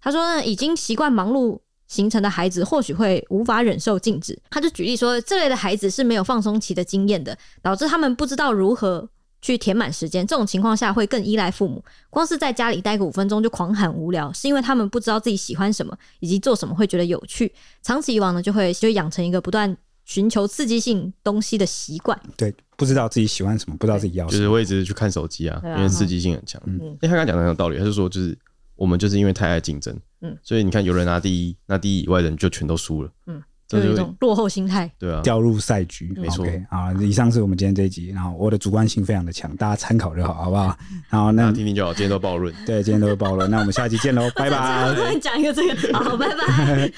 S2: 他说嗯呢，已经习惯忙碌形成的孩子或许会无法忍受静止。他就举例说，这类的孩子是没有放松期的经验的，导致他们不知道如何。去填满时间，这种情况下会更依赖父母。光是在家里待个五分钟就狂喊无聊，是因为他们不知道自己喜欢什么以及做什么会觉得有趣。长此以往呢，就会就会养成一个不断寻求刺激性东西的习惯。
S1: 对，不知道自己喜欢什么，不知道自己要
S3: 就
S1: 什
S3: 是
S1: 么。
S3: 我一直去看手机啊，
S2: 对啊
S3: 因为刺激性很强。
S1: 嗯
S3: 因为他刚刚讲的很有道理，他就说就是我们就是因为太爱竞争，
S2: 嗯
S3: 所以你看有人拿第一，那第一以外的人就全都输了，
S2: 嗯，
S3: 这
S2: 有
S3: 就
S2: 一
S3: 会
S2: 种落后心态。
S3: 对啊，
S1: 掉入赛局，
S3: 没错
S1: 嗯 OK，好，以上是我们今天这一集。然后我的主观性非常的强，大家参考就好，好不好？然后
S3: 大
S1: 那 [laughs]
S3: 家听听就好，今天都暴论。
S2: [laughs]
S1: [laughs] 对今天都是暴论，那我们下期见喽，拜
S2: 最
S1: 拜
S2: 后。突然讲一个这个，好，拜拜。